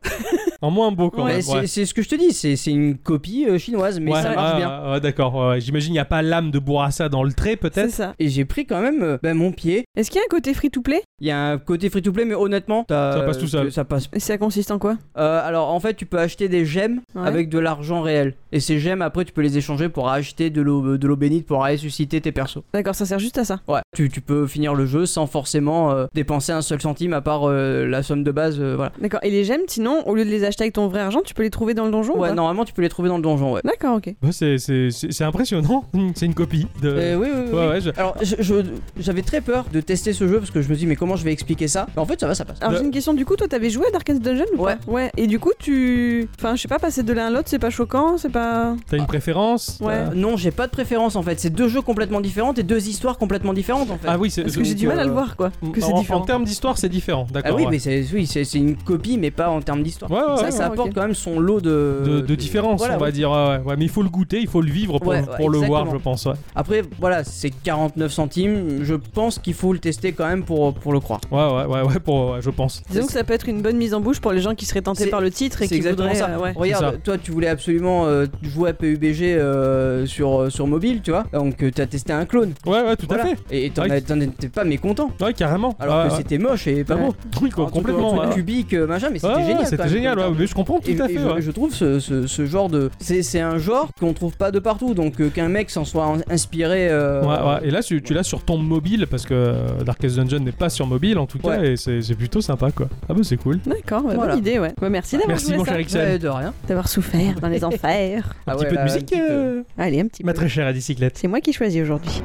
S2: En moins beau quand
S1: Ouais,
S2: même.
S1: c'est
S2: ouais.
S1: c'est ce que je te dis, c'est c'est une copie euh, chinoise, mais
S2: Ouais,
S1: ça marche
S2: ouais,
S1: bien.
S2: ouais, ouais, D'accord, ouais, ouais. j'imagine il n'y a pas l'âme de Bourassa dans le trait
S3: C'est
S2: peut-être.
S3: ça.
S1: Et j'ai pris quand même euh, bah, mon pied.
S3: Est-ce qu'il y a un côté free-to-play
S1: Il y a un côté free-to-play, mais honnêtement, t'as- euh,
S2: Ça passe tout seul.
S1: Ça passe.
S3: Et ça consiste en quoi
S1: Euh, alors en fait, tu peux acheter des gemmes
S3: Ouais.
S1: avec de l'argent réel. Et ces gemmes, après, tu peux les échanger pour acheter de l'eau euh, de l'eau bénite pour ressusciter tes persos.
S3: D'accord, ça sert juste à ça.
S1: Ouais, tu, tu peux finir le jeu sans forcément euh, dépenser un seul centime à part euh, la somme de base, euh, voilà.
S3: D'accord. Et les gemmes, sinon, au lieu de les acheter avec ton vrai argent, tu peux les trouver dans le donjon ou
S1: Ouais,
S3: pas
S1: normalement tu peux les trouver dans le donjon, ouais.
S3: D'accord, ok.
S2: Ouais, Bah, c'est- c'est c'est- c'est impressionnant, c'est une copie de.
S1: Euh, oui, oui, oui,
S2: ouais,
S1: oui.
S2: ouais, je-
S1: Alors, je- je- j'avais très peur de tester ce jeu parce que je me dis, mais comment je vais expliquer ça Mais En fait, ça va, ça passe.
S3: Alors
S2: De-
S3: j'ai une question du coup, toi t'avais joué à Darkest Dungeon ou
S1: Ouais.
S3: pas Ouais. Et du coup tu... Enfin je sais pas, passer de l'un à l'autre c'est pas choquant, c'est pas...
S2: T'as une préférence Euh,
S3: Ouais.
S2: t'as-
S1: Euh, Non, j'ai pas de préférence en fait. C'est deux jeux complètement différents et deux histoires complètement différentes en fait.
S2: Ah oui, c'est.
S3: Parce que j'ai
S2: donc,
S3: du mal à le
S2: euh,
S3: voir quoi, que c'est
S2: en, en
S3: différent.
S2: termes d'histoire, c'est différent, d'accord.
S1: Ah oui,
S2: ouais.
S1: mais c'est oui, c'est c'est une copie, mais pas en termes d'histoire.
S2: Ouais, ouais,
S1: ça,
S2: ouais,
S1: ça
S3: ouais.
S1: apporte quand même son lot de
S2: de, de différence,
S1: Voilà,
S2: on va
S1: ouais.
S2: dire. ouais, ouais. Ouais, mais il faut le goûter, il faut le vivre pour,
S1: Ouais,
S2: pour
S1: ouais,
S2: le voir,
S1: exactement.
S2: je pense. Ouais,
S1: Après, voilà, c'est 49 centimes. Je pense qu'il faut le tester quand même pour pour le croire.
S2: ouais, ouais, ouais, ouais, pour, ouais, je pense.
S3: Disons que ça peut être une bonne mise en bouche pour les gens qui seraient tentés
S1: C'est-
S3: par le titre et
S1: c'est
S3: qui
S1: exactement
S3: voudraient...
S1: ça.
S3: euh, ouais.
S1: Regarde,
S2: ça.
S1: toi tu voulais absolument euh, jouer à PUBG euh, sur, euh, sur mobile, tu vois. Donc euh, t'as testé un clone.
S2: Ouais, ouais, tout
S1: Voilà.
S2: à fait.
S1: Et t'en
S2: Ouais.
S1: as- t'en étais pas mécontent.
S2: Ouais, carrément.
S1: Alors
S2: Ouais,
S1: que
S2: ouais.
S1: c'était moche et pas
S3: Ouais.
S1: beau.
S2: Oui, quoi,
S1: Un truc-
S2: complètement.
S1: un truc
S2: ouais.
S1: cubique, euh, machin, mais c'était
S2: Ouais, ouais,
S1: génial. quand
S2: C'était
S1: même,
S2: génial,
S1: comme
S2: ouais,
S1: terme.
S2: mais je comprends tout
S1: Et,
S2: à
S1: et
S2: fait.
S1: je,
S2: ouais.
S1: je trouve ce, ce- ce genre de. C'est c'est un genre qu'on trouve pas de partout, donc euh, qu'un mec s'en soit in- inspiré. euh,
S2: Ouais, ouais. Et là, tu, tu l'as sur ton mobile parce que euh, Darkest Dungeon n'est pas sur mobile en tout cas, et c'est c'est plutôt sympa quoi. Ah bah c'est cool.
S3: D'accord, bah,
S1: Voilà.
S3: bonne idée ouais. Bah, merci d'avoir
S2: Merci
S3: joué
S2: mon
S3: à ça.
S2: cher Ixon.
S1: ouais, de rien.
S3: D'avoir souffert dans les enfers.
S2: Un
S1: Ah
S2: petit
S1: ouais,
S2: peu de
S1: là, un
S2: musique,
S1: petit peu.
S2: euh,
S3: Allez un petit
S2: ma
S3: peu.
S2: très chère à bicyclette.
S3: C'est moi qui choisis aujourd'hui.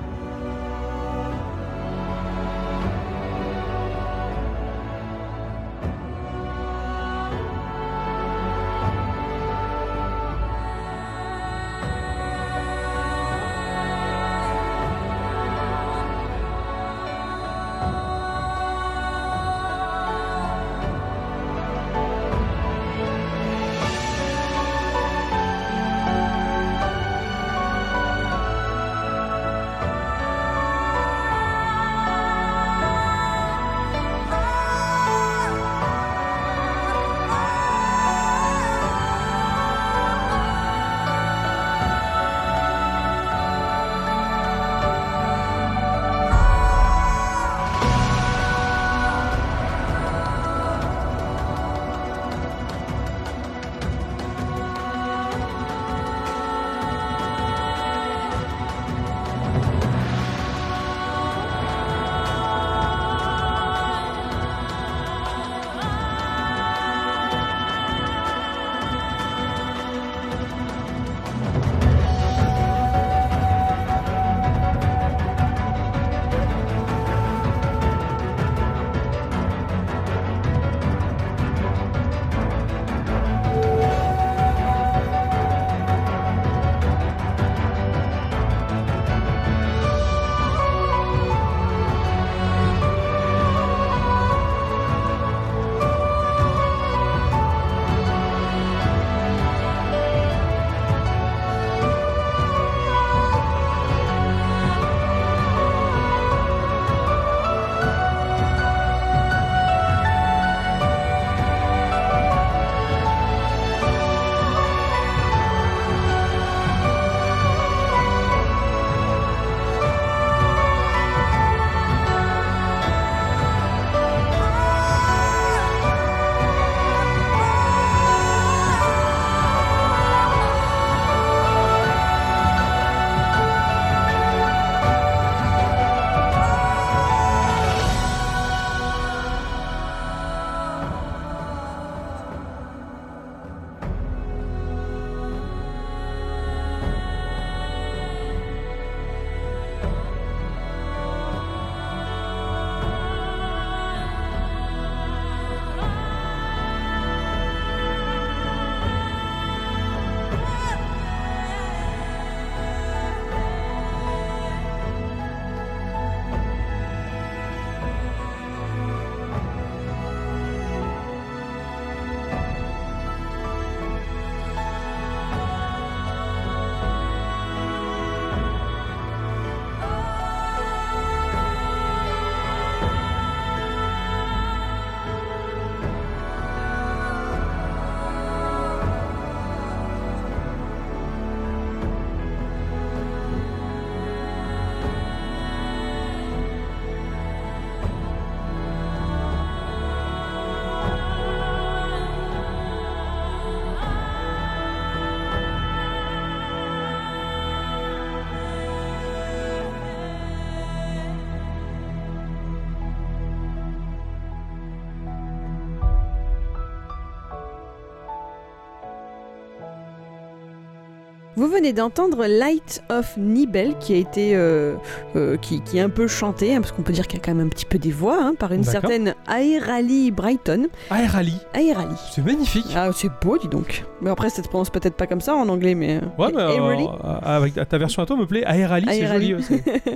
S3: Vous venez d'entendre Light of Nibel qui a été euh, euh, qui, qui est un peu chanté hein, parce qu'on peut dire qu'il y a quand même un petit peu des voix hein, par une
S2: D'accord.
S3: certaine Aerali Brighton.
S2: Ah, Air Ali,
S3: Aerali.
S2: c'est magnifique.
S3: Ah c'est beau dis donc. Mais après ça se prononce peut-être pas comme ça en anglais mais.
S1: Ah.
S3: euh,
S2: Ouais, mais euh,
S3: Aerali.
S2: euh, avec ta version à toi me plaît. Ah, Air Ali, c'est
S3: Air Ali.
S2: joli. ouais, c'est-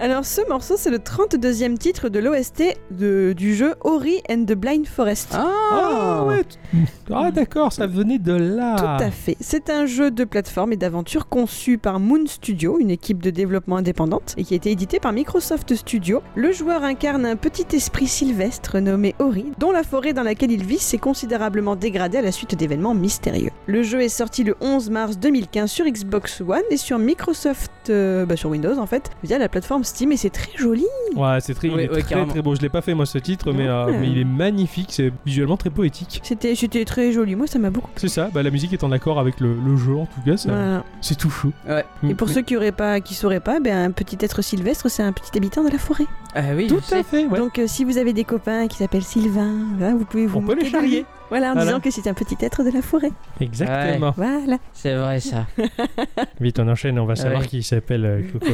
S3: Alors ce morceau c'est le 32e titre de l'OST de, du jeu Ori and the Blind Forest.
S2: Ah ouais. t- Ah d'accord, ça venait de là.
S3: Tout à fait. C'est un jeu de plateforme et d'aventure conçu par Moon Studio, une équipe de développement indépendante, et qui a été édité par Microsoft Studio. Le joueur incarne un petit esprit sylvestre nommé Ori, dont la forêt dans laquelle il vit s'est considérablement dégradée à la suite d'événements mystérieux. Le jeu est sorti le 11 mars 2015 sur Xbox One et sur Microsoft, euh, bah, sur Windows en fait, via la plateforme Steam, et c'est très joli.
S2: Ouais, c'est très, il
S1: Ouais,
S2: est
S1: ouais,
S2: très,
S1: carrément. Ah.
S2: très beau. Je l'ai pas fait moi ce titre, mais, euh,
S3: Ouais.
S2: mais il est magnifique. C'est visuellement très poétique.
S3: C'était c'était très joli, moi ça m'a beaucoup.
S2: C'est ça. Bah, la musique est en accord avec le, le jeu en tout cas. ça-
S3: Voilà.
S2: C'est Mm, tout chou.
S1: Ouais.
S3: Et pour ceux qui auraient pas, qui sauraient pas, ben, un petit être sylvestre, c'est un petit habitant de la forêt.
S1: Ah oui,
S2: Tout
S1: je
S2: à
S1: sais.
S2: fait. Ouais.
S3: Donc euh, si vous avez des copains qui s'appellent Sylvain, voilà, vous pouvez vous
S2: On peut les
S3: moquer de lui.
S2: charrier.
S3: Voilà, en
S2: Voilà. Oh.
S3: disant que c'est un petit être de la forêt.
S2: Exactement.
S3: Voilà.
S1: c'est vrai ça.
S2: Vite, on enchaîne, on va savoir
S1: Ouais.
S2: qui s'appelle euh, Coco.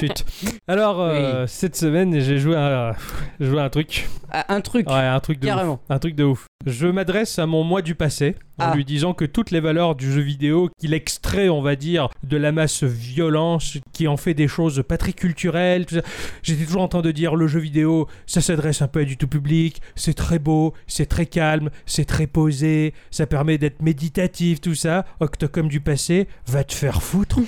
S2: Chut. Alors, euh, cette semaine, j'ai joué, à... j'ai joué à un truc.
S1: Ah, un truc,
S2: Ouais, un truc de ouf.
S1: carrément.
S2: Un truc de ouf. Je m'adresse à mon moi du passé en
S1: Ah.
S2: lui disant que toutes les valeurs du jeu vidéo qu'il extrait, on va dire, de la masse violence qui en fait des choses pas très culturelles, tout ça. J'étais toujours en train de dire le jeu vidéo, ça s'adresse un peu à du tout public, c'est très beau, c'est très calme, c'est très posé, ça permet d'être méditatif, tout ça. Octocom du passé, va te faire foutre.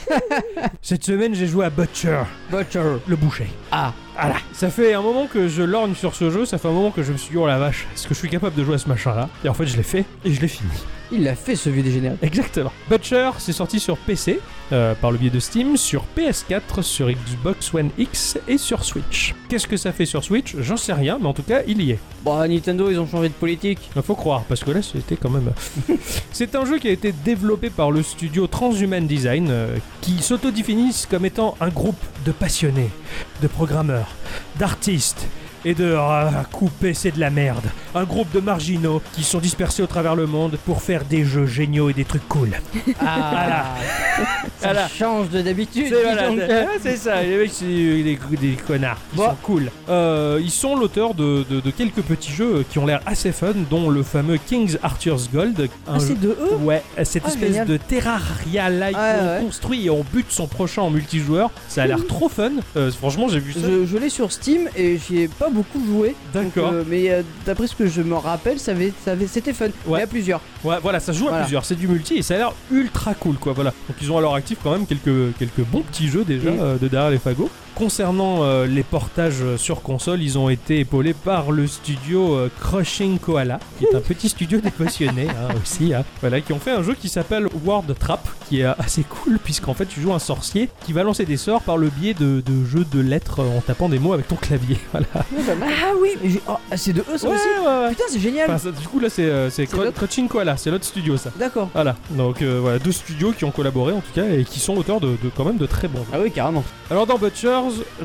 S2: Cette semaine, j'ai joué à Butcher,
S1: Butcher.
S2: le boucher.
S1: Ah,
S2: Voilà. Ça fait un moment que je lorgne sur ce jeu, ça fait un moment que je me suis dit, oh la vache, est-ce que je suis capable de jouer à ce machin-là Et en fait, je l'ai fait, et je l'ai fini.
S1: il l'a fait ce vieux dégénéré.
S2: Exactement. Butcher, c'est sorti sur PC, euh, par le biais de Steam, sur PS4, sur Xbox One X et sur Switch. Qu'est-ce que ça fait sur Switch J'en sais rien, mais en tout cas, il y est.
S1: Bon, Nintendo, ils ont changé de politique.
S2: Il Ah, faut croire, parce que là, c'était quand même. c'est un jeu qui a été développé par le studio Transhuman Design, euh, qui s'autodéfinissent comme étant un groupe de passionnés, de programmeurs, d'artistes. Et de ah, couper, c'est de la merde. Un groupe de marginaux qui sont dispersés au travers le monde pour faire des jeux géniaux et des trucs cool.
S1: Ah, ça
S2: Voilà.
S1: change de d'habitude.
S2: C'est
S1: dis
S2: voilà,
S1: donc.
S2: c'est- ah, c'est ça, les mecs, c'est euh, des, des- des connards. Ils
S1: Bon.
S2: sont cool. Euh, ils sont l'auteur de, de- de quelques petits jeux euh, qui ont l'air assez fun, dont le fameux King's Arthur's Gold. un
S1: Ah, c'est
S2: jeu-
S1: de eux
S2: Ouais, euh, cette
S1: Ah,
S2: espèce
S1: génial.
S2: de Terraria-like
S1: Ouais,
S2: où on
S1: ouais.
S2: construit et on bute son prochain en multijoueur. Ça a l'air trop fun. Euh, franchement, j'ai vu ça.
S1: Je, je l'ai sur Steam et j'y ai pas beaucoup joué. Donc,
S2: D'accord.
S1: euh, mais euh, d'après ce que je me rappelle, ça avait, ça avait- c'était fun.
S2: Ouais.
S1: Il y a plusieurs.
S2: Ouais, voilà, ça se joue à
S1: Voilà.
S2: plusieurs, c'est du multi et ça a l'air ultra cool, quoi. Voilà. Donc ils ont à leur actif quand même quelques, quelques bons petits jeux déjà
S1: Mm.
S2: euh, de derrière les fagots. Concernant euh, les portages euh, sur console, ils ont été épaulés par le studio euh, Crushing Koala, qui est un petit studio des passionnés hein, aussi, hein. voilà, qui ont fait un jeu qui s'appelle World Trap, qui est euh, assez cool puisqu'en fait tu joues un sorcier qui va lancer des sorts par le biais de, de jeux de lettres euh, en tapant des mots avec ton clavier. Voilà.
S1: Ah oui, mais j'ai- oh, ah, c'est de eux ça aussi.
S2: ouais.
S1: Putain, c'est génial.
S2: Enfin, ça- du coup là c'est euh, c'est
S3: C'est
S2: Cru-
S3: l'autre.
S2: Crushing Koala, c'est l'autre studio ça.
S1: D'accord.
S2: Voilà, donc euh, voilà, deux studios qui ont collaboré en tout cas et qui sont auteurs de, de- quand même de très bons. jeux.
S1: Ah oui, carrément.
S2: Alors dans Butchers,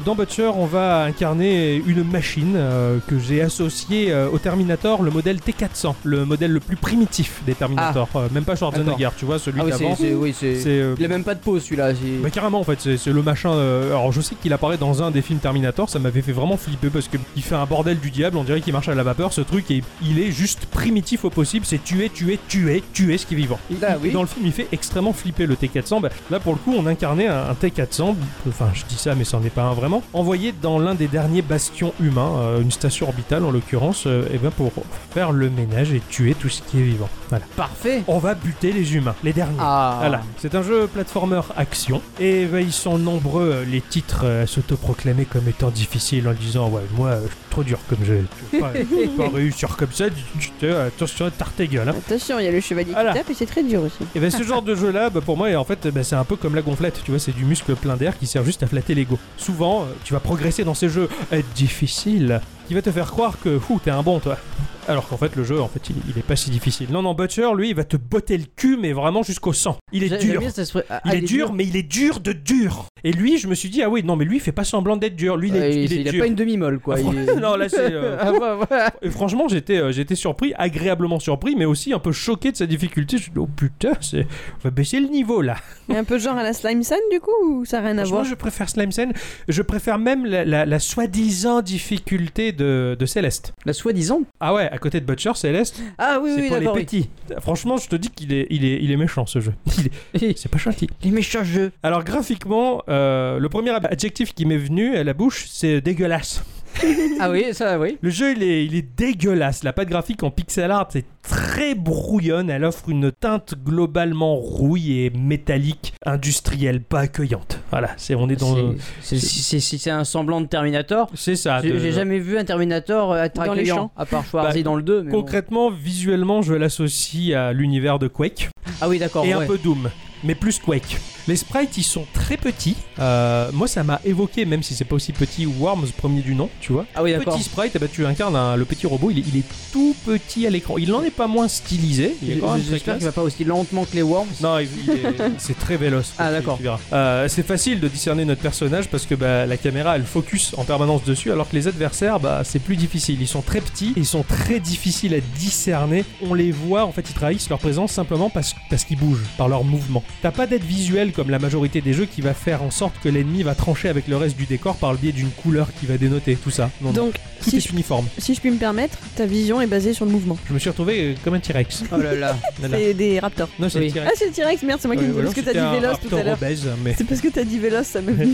S2: dans Butcher, on va incarner une machine euh, que j'ai associée euh, au Terminator, le modèle T400, le modèle le plus primitif des Terminators, Euh, même pas Schwarzenegger, tu vois, celui
S1: Ah oui,
S2: d'avant.
S1: c'est, c'est- oui, c'est.
S2: C'est euh,
S1: Il a même pas de pause celui-là. c'est-
S2: bah carrément en fait, c'est c'est le machin. euh, alors je sais qu'il apparaît dans un des films Terminator, ça m'avait fait vraiment flipper parce qu'il fait un bordel du diable, on dirait qu'il marche à la vapeur ce truc et il est juste primitif au possible, c'est tuer, tuer, tuer, tuer ce qui est vivant. Et,
S1: Ah
S2: et
S1: oui.
S2: dans le film il fait extrêmement flipper le T400, Bah, là pour le coup on incarnait un, un T400, enfin je dis ça mais c'en est pas un vraiment, envoyé dans l'un des derniers bastions humains, euh, une station orbitale en l'occurrence, et ben pour faire le ménage et tuer tout ce qui est vivant. Voilà.
S1: Parfait.
S2: On va buter les humains, les derniers.
S1: Ah.
S2: Voilà, c'est un jeu platformer action. Et bah, ils sont nombreux euh, les titres euh, à s'autoproclamer comme étant difficiles en disant Ouais, moi, euh, je suis trop dur comme jeu. Tu peux pas, tu peux pas réussir comme ça, tu- tu te- attention, tarte ta gueule. hein.
S3: Attention, il y a le chevalier
S2: Voilà.
S3: qui tape et c'est très dur aussi.
S2: Et ben ce genre de jeu là, bah, pour moi, en fait, bah, c'est un peu comme la gonflette, tu vois, c'est du muscle plein d'air qui sert juste à flatter l'ego. Souvent, euh, tu vas progresser dans ces jeux euh, difficiles qui va te faire croire que fou t'es un bon toi. Alors qu'en fait le jeu en fait il, il est pas si difficile. Non non Butcher lui il va te botter le cul mais vraiment jusqu'au sang. Il est
S1: J'ai-
S2: dur.
S1: j'aime bien cette expr- Ah,
S2: Il est, dur, mais il est dur de dur. Et lui, je me suis dit, ah oui, non, mais lui, il fait pas semblant d'être dur. Lui, il est,
S1: Ouais,
S2: il
S1: Ah, il,
S2: est
S1: il a
S2: dur. Ah,
S1: pas une demi-molle quoi. il est-
S2: non, là, c'est. euh,
S1: Ah, ouais, ouais.
S2: Et franchement, j'étais euh, j'étais surpris, agréablement surpris, mais aussi un peu choqué de sa difficulté. Je me suis dit, oh putain, c'est... on va baisser le niveau là.
S3: Mais un peu genre à la slime scène du coup ou ça a rien à
S2: Franchement,
S3: voir
S2: je préfère Slime Sen. Je préfère même la, la- la soi-disant difficulté de, de Céleste.
S1: La soi-disant.
S2: Ah ouais, à côté de Butcher, Céleste,
S1: Ah oui,
S2: c'est
S1: oui,
S2: pour les
S1: d'accord. oui.
S2: petits. Franchement, je te dis qu'il est, il est, il est méchant ce jeu. Il est- c'est pas gentil.
S1: Les méchants jeux.
S2: Alors graphiquement, euh, le premier adjectif qui m'est venu à la bouche, c'est dégueulasse.
S1: Ah oui, ça, oui.
S2: Le jeu, il est, il est dégueulasse. La patte graphique en pixel art, c'est très brouillonne. Elle offre une teinte globalement rouille et métallique, industrielle, pas accueillante. Voilà, c'est on est dans. le-
S1: C'est c'est- c'est- c'est- c'est un semblant de Terminator.
S2: C'est ça. Ah, de-
S1: J'ai j'ai jamais vu un Terminator euh, être
S3: Dans les
S1: accueillant,
S3: champs.
S1: à part Schwarzy
S2: Bah,
S1: dans le 2. mais bon.
S2: Concrètement, visuellement, je l'associe à l'univers de Quake.
S1: Ah oui, d'accord.
S2: et
S1: ouais.
S2: un peu Doom, mais plus Quake. Les sprites, ils sont très petits. Euh, moi, ça m'a évoqué, même si c'est pas aussi petit, Worms, premier du nom, tu vois.
S1: Ah oui, d'accord.
S2: Petit sprite, eh ben, tu incarnes un- le petit robot, il est, il est tout petit à l'écran. Il n'en est pas moins stylisé. Il est quand même très
S1: J'espère qu'il
S2: classe.
S1: va pas aussi lentement que les Worms.
S2: Non, il- il est- c'est très véloce.
S1: Ah,
S2: tu-
S1: d'accord.
S2: tu verras. Euh, c'est facile de discerner notre personnage parce que bah, la caméra elle focus en permanence dessus, alors que les adversaires, bah, c'est plus difficile. Ils sont très petits, ils sont très difficiles à discerner. On les voit, en fait, ils trahissent leur présence simplement parce, parce qu'ils bougent, par leur mouvement. T'as pas d'aide visuelle comme la majorité des jeux qui va faire en sorte que l'ennemi va trancher avec le reste du décor par le biais d'une couleur qui va dénoter tout ça. Non, non,
S3: Donc
S2: tout
S3: si
S2: est
S3: je,
S2: uniforme.
S3: si je puis me permettre, ta vision est basée sur le mouvement.
S2: Je me suis retrouvé euh, comme un T-Rex.
S1: Oh là là.
S2: Voilà.
S3: C'est des raptors.
S2: Non, c'est
S1: Oui.
S2: le T-Rex.
S3: Ah c'est le T-Rex, merde, c'est moi qui
S2: Ouais,
S3: me
S2: ou alors
S3: parce que t'as
S2: c'était un
S3: dit Véloce tout à
S2: raptor
S3: l'heure.
S2: obèse, mais
S3: C'est parce que t'as dit Véloce, ça me venu.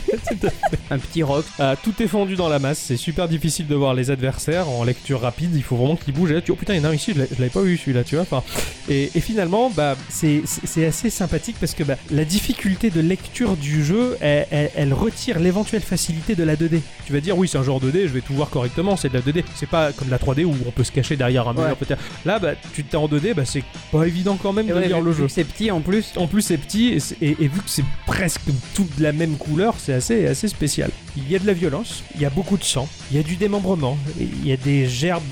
S1: Un petit rock.
S2: Ah, tout est fendu dans la masse, c'est super difficile de voir les adversaires en lecture rapide, il faut vraiment qu'ils bougent. Et là, tu oh putain, il y en a un ici, je l'ai- je l'avais pas vu celui-là, tu vois. Enfin, et, et finalement, bah, c'est- c'est c'est assez sympathique parce que bah, la difficulté de lecture du jeu, elle, elle- elle retire l'éventuelle facilité de la 2D. Tu vas dire, oui, c'est un genre 2D, je vais tout voir correctement, c'est de la 2D. C'est pas comme la 3D où on peut se cacher derrière un mur,
S1: Ouais.
S2: peut-être. Là, bah, tu t'es en 2D, bah, c'est pas évident quand même
S1: Et
S2: de
S1: ouais,
S2: lire
S1: vu-
S2: le
S1: vu
S2: jeu.
S1: que C'est petit en plus.
S2: En plus, c'est petit et, c'est- et- et vu que c'est presque tout de la même couleur, c'est assez, assez spécial. Il y a de la violence, il y a beaucoup de sang, il y a du démembrement, il y a des gerbes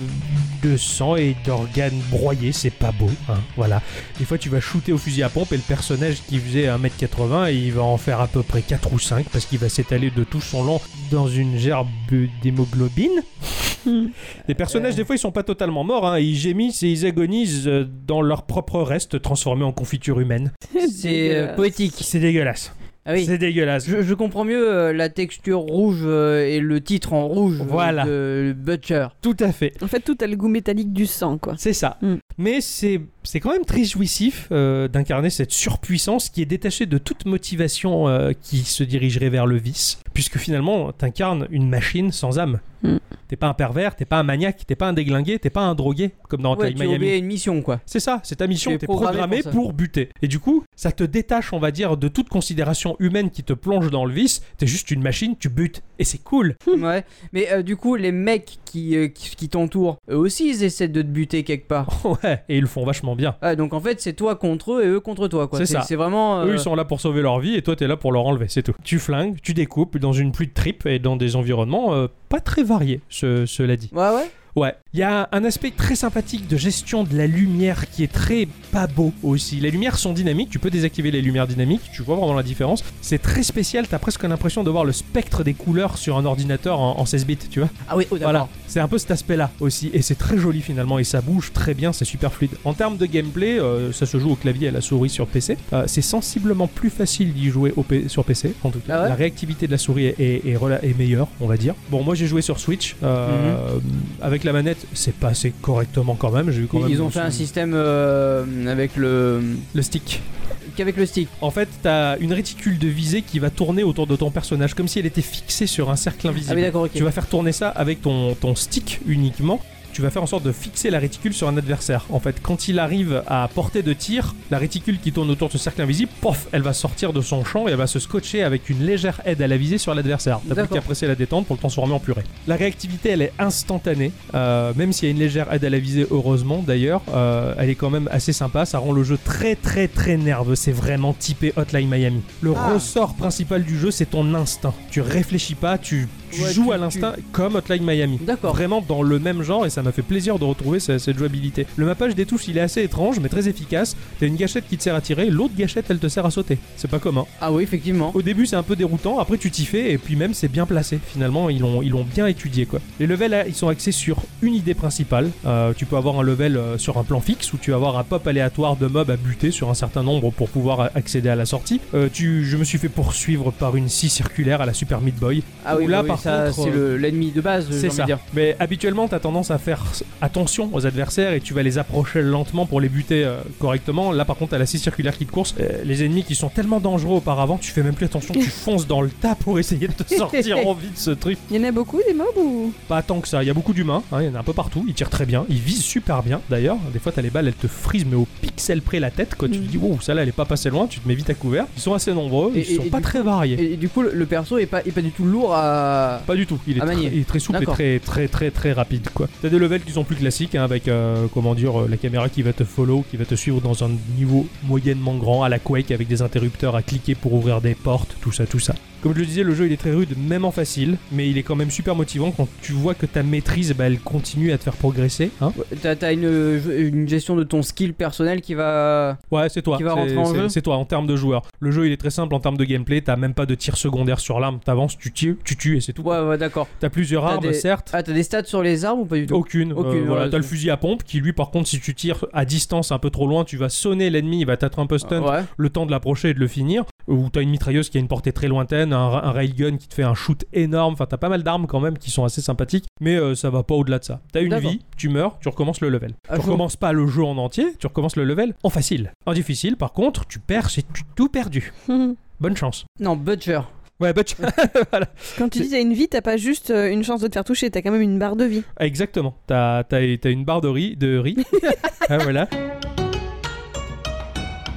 S2: de sang et d'organes broyés, c'est pas beau, hein, voilà. Des fois, tu vas shooter au fusil à pompe et le personnage qui faisait 1m80, il va en faire à peu près 4 ou 5 parce qu'il va s'étaler de tout son long dans une gerbe d'hémoglobine. Les personnages, des fois, ils sont pas totalement morts, hein, ils gémissent et ils agonisent euh, dans leur propre reste transformé en confiture humaine.
S1: C'est euh, poétique.
S2: C'est dégueulasse.
S1: Ah oui.
S2: C'est dégueulasse.
S1: Je, je comprends mieux euh, la texture rouge euh, et le titre en rouge euh,
S2: Voilà.
S1: de Butcher.
S2: Tout à fait.
S3: En fait, tout a le goût métallique du sang, quoi.
S2: C'est ça.
S3: Mm.
S2: Mais c'est c'est quand même très jouissif euh, d'incarner cette surpuissance qui est détachée de toute motivation euh, qui se dirigerait vers le vice, puisque finalement, t'incarnes une machine sans âme.
S3: Mm.
S2: T'es pas un pervers, t'es pas un maniaque, t'es pas un déglingué, t'es pas un drogué, comme dans
S1: Ouais,
S2: Hotline
S1: tu
S2: Miami.
S1: obéis à une mission quoi.
S2: C'est ça, c'est ta
S1: Tu
S2: mission,
S1: es
S2: t'es
S1: programmé
S2: programmé
S1: pour
S2: pour,
S1: ça.
S2: buter. Et du coup, ça te détache, on va dire, de toute considération humaine qui te plonge dans le vice. T'es juste une machine, tu butes. Et c'est cool.
S1: ouais. Mais euh, du coup, les mecs qui, euh, qui, qui t'entourent, eux aussi ils essaient de te buter quelque part.
S2: ouais, et ils le font vachement bien.
S1: Ah, donc en fait, c'est toi contre eux et eux contre toi quoi.
S2: C'est ça.
S1: C'est vraiment. euh,
S2: Eux, ils sont là pour sauver leur vie et toi, t'es là pour leur enlever, c'est tout. Tu flingues, tu découpes dans une pluie de tripes et dans des environnements euh, pas très variés, ce- cela dit.
S1: Ouais, ouais.
S2: Ouais. Il y a un aspect très sympathique de gestion de la lumière qui est très pas beau aussi. Les lumières sont dynamiques, tu peux désactiver les lumières dynamiques, tu vois vraiment la différence. C'est très spécial, t'as presque l'impression de voir le spectre des couleurs sur un ordinateur en, en 16 bits, tu vois.
S1: Ah oui, oh, d'accord.
S2: Voilà, c'est un peu cet aspect-là aussi, et c'est très joli finalement, et ça bouge très bien, c'est super fluide. En termes de gameplay, euh, ça se joue au clavier et à la souris sur PC. Euh, c'est sensiblement plus facile d'y jouer au P- sur PC, en tout cas.
S1: Ah ouais
S2: la réactivité de la souris est, est- est rela- est meilleure, on va dire. Bon, moi j'ai joué sur Switch,
S1: Mhm.
S2: euh, avec la manette, c'est passé correctement quand même. J'ai eu quand
S1: Ils,
S2: même
S1: ils ont
S2: le-
S1: fait un système euh, avec le
S2: le stick.
S1: qu'avec le stick.
S2: En fait, t'as une réticule de visée qui va tourner autour de ton personnage, comme si elle était fixée sur un cercle
S1: Ah
S2: invisible.
S1: oui, d'accord, ok.
S2: Tu vas faire tourner ça avec ton, ton stick uniquement. Tu vas faire en sorte de fixer la réticule sur un adversaire. En fait, quand il arrive à portée de tir, la réticule qui tourne autour de ce cercle invisible, pof, elle va sortir de son champ et elle va se scotcher avec une légère aide à la visée sur l'adversaire. T'as plus
S1: D'accord.
S2: qu'à presser la détente pour le transformer en purée. La réactivité, elle est instantanée, euh, même s'il y a une légère aide à la visée, heureusement d'ailleurs, euh, elle est quand même assez sympa. Ça rend le jeu très très très nerveux. C'est vraiment typé Hotline Miami. Le
S1: Ah.
S2: ressort principal du jeu, c'est ton instinct. Tu réfléchis pas, tu, tu
S1: Ouais,
S2: joues
S1: tu-
S2: à l'instinct comme Hotline Miami.
S1: D'accord.
S2: Vraiment dans le même genre et ça m'a fait plaisir de retrouver ce- cette, jouabilité. Le mappage des touches il est assez étrange mais très efficace. T'as une gâchette qui te sert à tirer, l'autre gâchette elle te sert à sauter. C'est pas commun.
S1: Ah oui, effectivement.
S2: Au début c'est un peu déroutant, après tu t'y fais et puis même c'est bien placé. Finalement ils l'ont ils l'ont bien étudié quoi. Les levels ah, ils sont axés sur une idée principale. Euh, tu peux avoir un level euh, sur un plan fixe où tu vas avoir un pop aléatoire de mobs à buter sur un certain nombre pour pouvoir euh, accéder à la sortie. Euh, tu, je me suis fait poursuivre par une scie circulaire à la Super Meat Boy.
S1: Ah oui,
S2: Ou là,
S1: bah oui,
S2: par
S1: ça,
S2: contre,
S1: c'est
S2: euh,
S1: le- l'ennemi de base, j'ai
S2: C'est
S1: envie
S2: ça.
S1: de dire.
S2: Mais habituellement, tu as tendance à faire s- attention aux adversaires et tu vas les approcher lentement pour les buter euh, correctement. Là, par contre, t'as la scie circulaire qui te course. Euh, les ennemis qui sont tellement dangereux auparavant, tu fais même plus attention, tu fonces dans le tas pour essayer de te sortir en vie de ce truc.
S3: Il y en a beaucoup des mobs ou
S2: Pas tant que ça. Il y a beaucoup d'humains, hein, il y en a un peu partout. Ils tirent très bien, ils visent super bien d'ailleurs. Des fois, t'as les balles, elles te frisent, mais au pixel près la tête. Quand tu te
S3: Mm.
S2: dis, wow, ça là, elle est pas passée loin, tu te mets vite à couvert. Ils sont assez nombreux,
S1: Et-
S2: ils sont
S1: et- et
S2: pas
S1: du
S2: très variés.
S1: Et, et du coup, le, le perso est pas, est pas du tout lourd à.
S2: Pas du tout, il est,
S1: À
S2: très,
S1: manier.
S2: il est très souple et
S1: Ah, D'accord.
S2: très très très très rapide quoi. T'as des levels qui sont plus classiques hein, avec euh, comment dire euh, la caméra qui va te follow, qui va te suivre dans un niveau moyennement grand à la Quake avec des interrupteurs à cliquer pour ouvrir des portes, tout ça tout ça. Comme je le disais, le jeu il est très rude, même en facile, mais il est quand même super motivant quand tu vois que ta maîtrise bah, elle continue à te faire progresser. Hein
S1: Ouais, T'as t'as une, euh, une gestion de ton skill personnel qui va.
S2: Ouais, c'est toi.
S1: Qui va
S2: C'est-
S1: rentrer en
S2: c'est-
S1: jeu
S2: C'est toi en termes de joueur. Le jeu il est très simple en termes de gameplay, t'as même pas de tir secondaire sur l'arme, t'avances, tu tues, tu tues et c'est tout.
S1: Ouais, ouais, d'accord.
S2: T'as plusieurs
S1: T'as
S2: armes,
S1: des-
S2: certes.
S1: Ah, t'as des stats sur les armes ou pas du tout
S2: Aucune. Euh,
S1: Aucune,
S2: voilà,
S1: voilà,
S2: t'as le
S1: c'est-
S2: fusil à pompe qui, lui, par contre, si tu tires à distance un peu trop loin, tu vas sonner l'ennemi, il va t'être un peu stun,
S1: Ah, Ouais.
S2: le temps de l'approcher et de le finir. Ou t'as une mitrailleuse qui a une portée très lointaine, un, ra- un railgun qui te fait un shoot énorme. Enfin, t'as pas mal d'armes quand même qui sont assez sympathiques, mais euh, ça va pas au-delà de ça. T'as une
S1: D'accord.
S2: vie, tu meurs, tu recommences le level.
S1: Ah,
S2: tu
S1: je-
S2: recommences pas le jeu en entier, tu recommences le level en facile. En difficile, par contre, tu perds, c'est tu- tout perdu. Bonne chance.
S1: Non, Butcher.
S2: Ouais, butch.
S3: Quand tu dis t'as une vie, t'as pas juste euh, une chance de te faire toucher, t'as quand même une barre de vie.
S2: Ah, Exactement. T'as t'as- t'as une barre de riz. De riz. ah, voilà.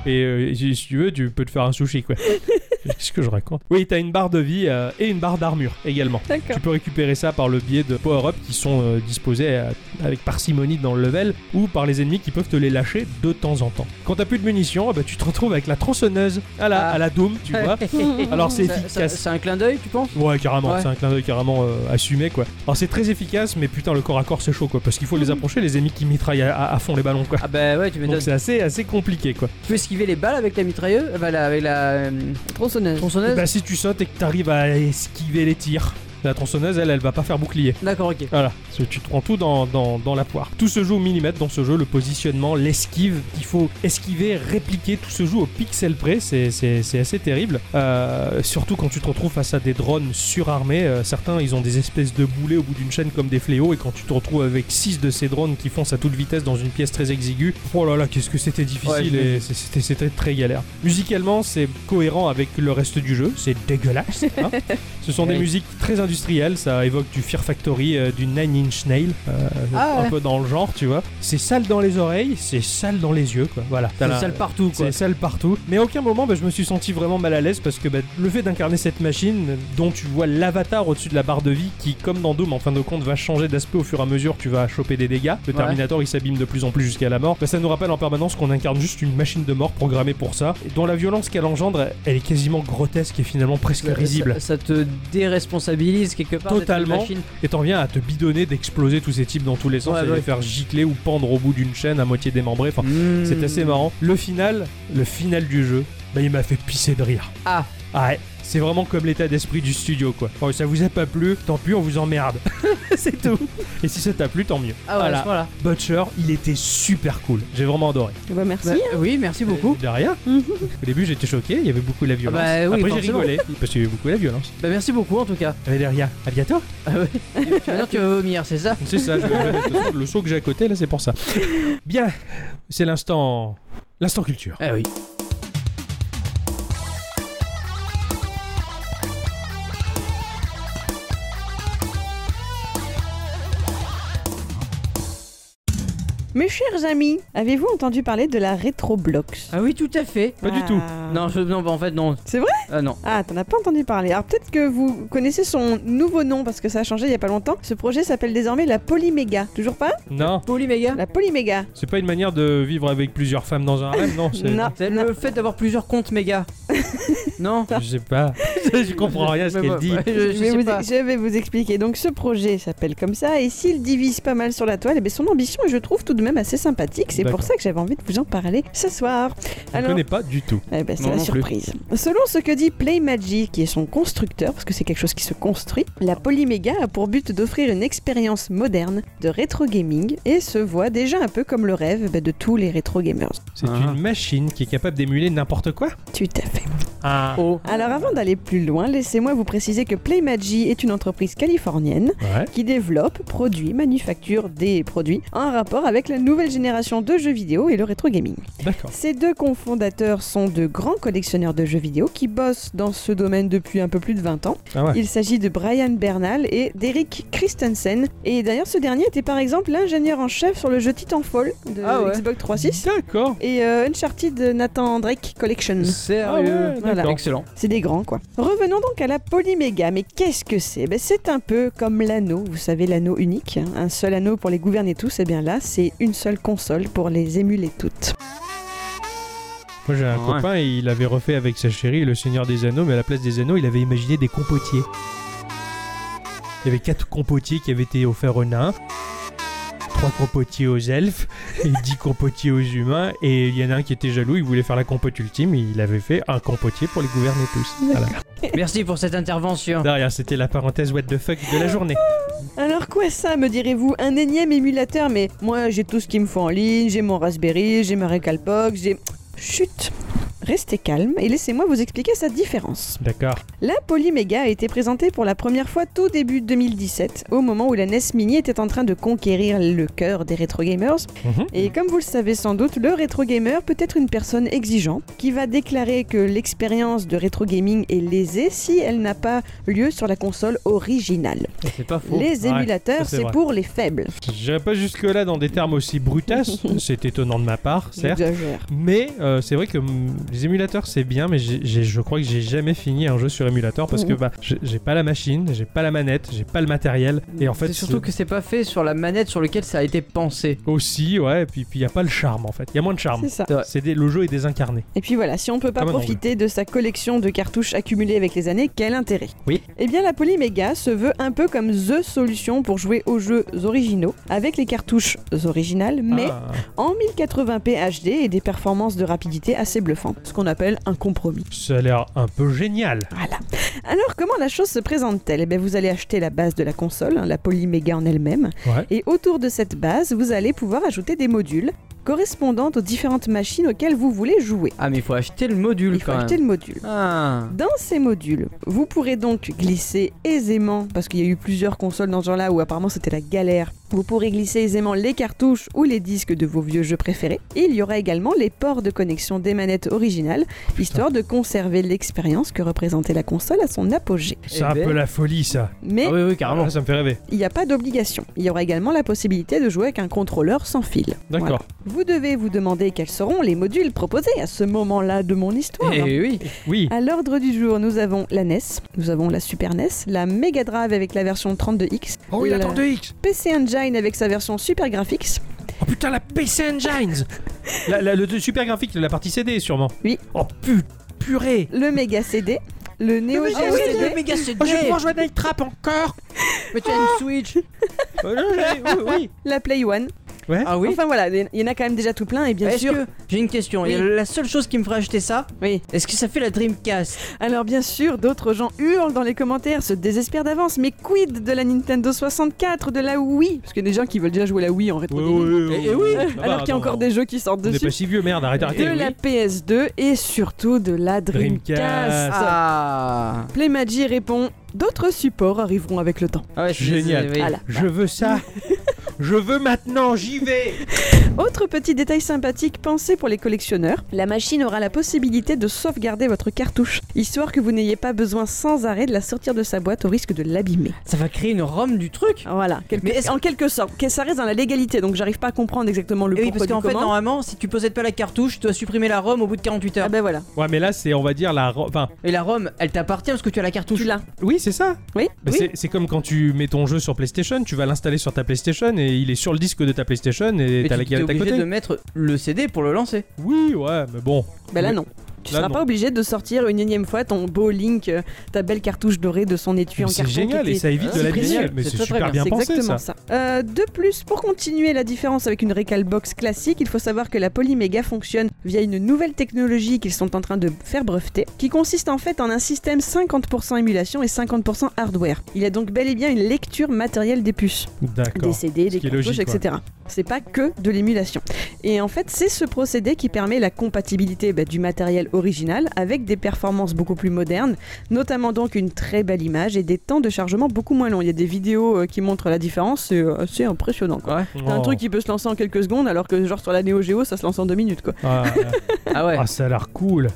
S2: Et euh, si si tu veux, tu peux te faire un sushi, quoi. Qu'est-ce que je raconte Oui, t'as une barre de vie euh, et une barre d'armure également.
S3: D'accord.
S2: Tu peux récupérer ça par le biais de power-up qui sont euh, disposés à- avec parcimonie dans le level ou par les ennemis qui peuvent te les lâcher de temps en temps. Quand t'as plus de munitions, eh ben, tu te retrouves avec la tronçonneuse à la,
S1: Ah.
S2: à la Doom, tu vois. Alors c'est
S1: Ça- ça-
S2: efficace.
S1: C'est un clin d'œil, tu penses
S2: Ouais, carrément,
S1: Ouais.
S2: c'est un clin d'œil carrément euh, assumé quoi. Alors c'est très efficace, mais putain, le corps à corps c'est chaud quoi, parce qu'il faut les approcher, les ennemis qui mitraillent à, à- à fond les ballons quoi.
S1: Mm. Ah, bah ouais, tu m'étonnes.
S2: Donc c'est assez, assez compliqué quoi.
S1: Tu peux esquiver les balles avec la mitrailleuse euh, bah, la- Avec la euh,
S3: Tronçonneuse.
S1: tronçonneuse
S2: Bah si tu sautes et que t'arrives à esquiver les tirs, la tronçonneuse elle, elle va pas faire bouclier.
S1: D'accord, ok.
S2: Voilà, parce que tu te prends tout dans, dans- dans la poire. Tout se joue au millimètre dans ce jeu, le positionnement, l'esquive, il faut esquiver, répliquer, tout se joue au pixel près, c'est- c'est c'est assez terrible. Euh, surtout quand tu te retrouves face à des drones surarmés, euh, certains ils ont des espèces de boulets au bout d'une chaîne comme des fléaux, et quand tu te retrouves avec 6 de ces drones qui foncent à toute vitesse dans une pièce très exiguë, oh là là, qu'est-ce que c'était difficile
S1: Ouais, je
S2: et c'est- c'était c'était très galère. Musicalement, c'est cohérent avec le reste du jeu, c'est dégueulasse. hein. Ce sont des
S1: Oui.
S2: musiques très industrielles, ça évoque du Fear Factory, euh, du Nine Inch Nail, euh,
S1: Ah
S2: un
S1: ouais.
S2: peu dans le genre, tu vois. C'est sale dans les oreilles, c'est sale dans les yeux, quoi. Voilà. T'as
S1: C'est
S2: la-
S1: sale partout, quoi.
S2: c'est sale partout. Mais à aucun moment, bah, je me suis senti vraiment mal à l'aise parce que bah, le fait d'incarner cette machine, dont tu vois l'avatar au-dessus de la barre de vie, qui, comme dans Doom, en fin de compte, va changer d'aspect au fur et à mesure, tu vas choper des dégâts. Le
S1: Ouais.
S2: Terminator, il s'abîme de plus en plus jusqu'à la mort. Bah, ça nous rappelle en permanence qu'on incarne juste une machine de mort programmée pour ça, et dont la violence qu'elle engendre, elle est quasiment grotesque et finalement presque
S1: Ça-
S2: risible.
S1: Ça, ça te déresponsabilise quelque part. d'être une
S2: Totalement.
S1: machine.
S2: Et t'en viens à te bidonner, d'exploser tous ces types dans tous les sens
S1: Ouais,
S2: et de
S1: ouais.
S2: les faire gicler ou pendre au bout d'une chaîne à moitié démembrée. Enfin,
S1: Mmh.
S2: Oh, c'est assez marrant. Le final, le final du jeu, bah, il m'a fait pisser de rire.
S1: Ah.
S2: Ah ouais, c'est vraiment comme l'état d'esprit du studio quoi. Bon, ça vous a pas plu, tant pis, on vous emmerde. c'est tout. Et si ça t'a plu, tant mieux.
S1: Ah ouais,
S2: Voilà.
S1: à ce moment-là.
S2: Butcher, il était super cool. J'ai vraiment adoré.
S3: Bah, merci.
S1: Bah,
S2: hein.
S1: oui, merci
S2: Euh,
S1: beaucoup.
S2: De rien.
S3: Mhm.
S2: Au début, j'étais choqué, il y avait beaucoup de la violence.
S1: bah oui,
S2: Après, j'ai
S1: forcément.
S2: rigolé parce qu'il y avait beaucoup de la violence.
S1: Bah, merci beaucoup en tout cas.
S2: Mais derrière, à bientôt.
S1: Ah ouais. tu vas dire que tu vas vomir, c'est ça
S2: C'est ça, je- je- le saut que j'ai à côté, là, c'est pour ça. Bien, c'est l'instant. L'instant culture.
S1: Ah oui.
S3: Mes chers amis, avez-vous entendu parler de la Retroblox
S1: Ah oui, tout à fait.
S2: Pas du tout.
S1: Non, je- non, bah, en fait, non.
S3: C'est vrai
S1: Ah non.
S3: Ah, t'en as pas entendu parler. Alors peut-être que vous connaissez son nouveau nom parce que ça a changé il y a pas longtemps. Ce projet s'appelle désormais la Polyméga. Toujours pas
S2: Non,
S1: Polyméga
S3: La Polyméga.
S2: c'est pas une manière de vivre avec plusieurs femmes dans un harem, non c'est-
S3: Non.
S1: C'est le fait d'avoir plusieurs comptes méga. non
S2: Je sais pas. je comprends rien à ce
S1: Mais
S2: qu'elle
S1: moi,
S2: dit.
S1: moi, je- je
S3: vais
S1: sais
S3: vous-
S1: pas.
S3: je vais vous expliquer. Donc ce projet s'appelle comme ça et s'il divise pas mal sur la toile, eh bien, son ambition est je trouve tout de même assez sympathique. C'est pour
S2: D'accord.
S3: ça que j'avais envie de vous en parler ce soir.
S2: Je ne connais pas du tout.
S3: Eh ben, c'est
S1: Non,
S3: la
S1: non plus.
S3: surprise. Selon ce que dit Play Magic, qui est son constructeur, parce que c'est quelque chose qui se construit, la Polyméga a pour but d'offrir une expérience moderne de rétro gaming et se voit déjà un peu comme le rêve eh ben, de tous les rétro gamers.
S2: C'est
S1: Ah.
S2: une machine qui est capable d'émuler n'importe quoi.
S3: Tout à fait.
S2: Ah,
S1: Oh.
S3: Alors avant d'aller plus loin, laissez-moi vous préciser que Play Magic est une entreprise californienne
S2: ouais.
S3: qui développe, produit, manufacture des produits en rapport avec la nouvelle génération de jeux vidéo et le rétro gaming.
S2: D'accord.
S3: Ces deux cofondateurs sont de grands collectionneurs de jeux vidéo qui bossent dans ce domaine depuis un peu plus de 20 ans.
S2: Ah ouais.
S3: Il s'agit de Brian Bernal et d'Eric Christensen. Et d'ailleurs, ce dernier était par exemple l'ingénieur en chef sur le jeu Titanfall de
S1: Ah ouais.
S3: Xbox 360
S2: D'accord.
S3: et euh, Uncharted Nathan Drake Collection.
S1: Sérieux.
S2: Ah ouais,
S3: Voilà.
S2: d'accord.
S1: Excellent.
S3: C'est des grands quoi. Revenons donc à la polyméga, mais qu'est-ce que c'est ben, C'est un peu comme l'anneau, vous savez l'anneau unique, hein, un seul anneau pour les gouverner tous, et bien là c'est une seule console pour les émuler toutes.
S2: Moi j'ai un
S1: Ouais.
S2: copain, il avait refait avec sa chérie Le Seigneur des Anneaux, mais à la place des anneaux, il avait imaginé des compotiers. Il y avait quatre compotiers qui avaient été offerts aux nains, trois compotiers aux elfes et dix compotiers aux humains. Et il y en a un qui était jaloux, il voulait faire la compote ultime, et il avait fait un compotier pour les gouverner tous. Voilà.
S1: Merci pour cette intervention.
S2: Derrière, c'était la parenthèse what the fuck de la journée.
S3: Alors quoi ça, me direz-vous Un énième émulateur, mais moi j'ai tout ce qu'il me faut en ligne, j'ai mon Raspberry, j'ai ma Recalbox, j'ai... Chut Restez calme et laissez-moi vous expliquer sa différence.
S2: D'accord.
S3: La Polyméga a été présentée pour la première fois tout début 2017, au moment où la NES Mini était en train de conquérir le cœur des rétro gamers.
S2: Mhm.
S3: Et comme vous le savez sans doute, le rétro gamer peut être une personne exigeante qui va déclarer que l'expérience de rétro gaming est lésée si elle n'a pas lieu sur la console originale.
S1: C'est pas faux.
S3: Les
S2: Ouais,
S3: émulateurs,
S2: ça, c'est
S3: c'est
S2: vrai.
S3: pour les faibles.
S2: J'irai pas jusque-là dans des termes aussi brutasses, c'est étonnant de ma part, certes.
S3: J'exagère.
S2: Mais euh, c'est vrai que mm, les émulateurs c'est bien, mais j'ai- j'ai- je crois que j'ai jamais fini un jeu sur émulateur parce que
S3: Mhm.
S2: bah, j'ai j'ai pas la machine, j'ai pas la manette, j'ai pas le matériel. Et en fait,
S1: c'est surtout que c'est pas fait sur la manette sur laquelle ça a été pensé.
S2: Aussi, ouais, et puis il y a pas le charme en fait. Il y a moins de charme.
S3: C'est ça.
S1: Ouais.
S2: C'est des- le jeu est désincarné.
S3: Et puis voilà, si on peut pas
S2: Comme un
S3: profiter de sa collection de cartouches accumulées avec les années, quel intérêt
S2: Oui.
S3: Eh bien, la Polyméga se veut un peu comme The Solution pour jouer aux jeux originaux, avec les cartouches originales, mais
S2: Ah,
S3: en 1080p HD et des performances de rapidité assez bluffantes, ce qu'on appelle un compromis.
S2: ça a l'air un peu génial.
S3: Voilà. Alors, comment la chose se présente-t-elle Eh bien, vous allez acheter la base de la console, hein, la Polyméga en elle-même,
S2: Ouais.
S3: et autour de cette base, vous allez pouvoir ajouter des modules correspondant aux différentes machines auxquelles vous voulez jouer.
S1: Ah mais il faut acheter le module
S3: Il faut
S1: quand même.
S3: acheter le module.
S1: Ah.
S3: Dans ces modules, vous pourrez donc glisser aisément, parce qu'il y a eu plusieurs consoles dans ce genre-là où apparemment c'était la galère, vous pourrez glisser aisément les cartouches ou les disques de vos vieux jeux préférés. Et il y aura également les ports de connexion des manettes originales, histoire de conserver l'expérience que représentait la console à son apogée.
S2: C'est
S1: Eh
S2: un
S1: ben.
S2: peu la folie ça.
S3: Mais
S1: Ah oui oui carrément.
S2: Ah, ça me fait rêver.
S3: il n'y a pas d'obligation. Il y aura également la possibilité de jouer avec un contrôleur sans fil. Voilà.
S2: D'accord.
S3: Vous devez vous demander quels seront les modules proposés à ce moment-là de mon histoire.
S1: Eh oui.
S2: Oui.
S3: À l'ordre du jour, nous avons la NES, nous avons la Super NES, la Mega Drive avec la version 32X,
S2: Oh, il
S3: Ah, la-
S2: attend 2X.
S3: PC Engine avec sa version Super Graphics.
S2: Oh putain, la PC Engines. la, la- le super graphique de la partie CD sûrement.
S3: Oui.
S2: Oh pu- purée.
S3: le Mega CD, le Neo
S1: Ah
S3: Geo
S1: oui,
S3: CD.
S1: le méga CD.
S2: Oh,
S3: Eh.
S2: je vais pouvoir jouer à Night Trap encore.
S1: Mais tu as une Switch.
S2: Euh, oui, oui, oui.
S3: la Play One.
S1: Ah oui.
S3: Enfin voilà, il y en a quand même déjà tout plein et bien
S1: Est-ce
S3: sûr.
S1: que j'ai une question
S3: Oui.
S1: Et La seule chose qui me ferait acheter ça,
S3: Oui.
S1: est-ce que ça fait la Dreamcast
S3: Alors bien sûr, d'autres gens hurlent dans les commentaires, se désespèrent d'avance, mais quid de la Nintendo 64, de la Wii Parce qu'il y a des gens qui veulent déjà jouer la Wii en rétro.
S2: Oui,
S3: gaming.
S2: oui, oui,
S1: Et- et oui,
S2: Ah bah,
S3: Alors qu'il y a
S2: attends,
S3: encore des jeux qui sortent
S2: On n'est
S3: dessus.
S2: pas si vieux, merde, arrête, arrêtez.
S3: de la PS2 et surtout de la Dreamcast.
S2: Dreamcast.
S1: Ah.
S3: Playmagie répond D'autres supports arriveront avec le temps.
S1: Ah ouais, je suis
S2: Génial.
S1: désolé, oui. Bah,
S3: Voilà.
S2: Je veux ça. Je veux maintenant, j'y vais.
S3: Autre petit détail sympathique pensé pour les collectionneurs la machine aura la possibilité de sauvegarder votre cartouche, histoire que vous n'ayez pas besoin sans arrêt de la sortir de sa boîte au risque de l'abîmer.
S1: Ça va créer une ROM du truc.
S3: Voilà, quelque-
S1: Mais est-ce-
S3: en quelque sorte, que ça reste dans la légalité, donc j'arrive pas à comprendre exactement le
S1: Et Eh oui,
S3: pourquoi
S1: parce
S3: du
S1: qu'en fait,
S3: comment.
S1: normalement, si tu possèdes pas la cartouche, tu dois supprimer la ROM au bout de 48 heures.
S3: ah ben voilà,
S2: Ouais, mais là, c'est, on va dire, la. ro- Enfin,
S1: Et la ROM, elle t'appartient parce que tu as la cartouche.
S3: tu l'as.
S2: oui, c'est ça.
S3: Oui,
S2: Bah,
S3: oui.
S2: c'est- C'est comme quand tu mets ton jeu sur PlayStation, tu vas l'installer sur ta PlayStation et il est sur le disque de ta PlayStation et
S1: Mais
S2: t'as la
S1: tu es
S2: galette à
S1: obligé
S2: côté.
S1: de mettre le CD pour le lancer.
S2: Oui, ouais, mais bon.
S3: Ben là
S2: Oui.
S3: non. Tu
S2: Là,
S3: seras
S2: non.
S3: pas obligé de sortir une énième fois ton beau Link, euh, ta belle cartouche dorée de son étui
S2: Mais
S3: en
S2: C'est
S3: carton.
S2: génial
S3: qui
S2: et
S3: était-
S2: ça évite
S1: C'est
S2: de la
S1: génial,
S2: bignole,
S1: c'est
S2: mais c'est
S1: très, très
S2: super
S1: bien.
S2: bien
S3: C'est
S2: pensé ça.
S3: exactement ça. Euh, de plus, pour continuer la différence avec une Recalbox classique, il faut savoir que la Polyméga fonctionne via une nouvelle technologie qu'ils sont en train de faire breveter, qui consiste en fait en un système 50% émulation et 50% hardware. Il y a donc bel et bien une lecture matérielle des puces, des
S2: D'accord.
S3: CD, des
S2: qui est
S3: cartouches,
S2: logique, quoi.
S3: etc. C'est pas que de l'émulation. Et en fait, c'est ce procédé qui permet la compatibilité bah, du matériel original avec des performances beaucoup plus modernes, notamment donc une très belle image et des temps de chargement beaucoup moins longs. Il y a des vidéos euh, qui montrent la différence, c'est euh, assez impressionnant. Quoi. T'as un
S2: Oh.
S3: truc qui peut se lancer en quelques secondes, alors que genre sur la Neo Geo, ça se lance en deux minutes. Quoi.
S2: Ah,
S1: Ah ouais.
S2: ah, ça a l'air cool.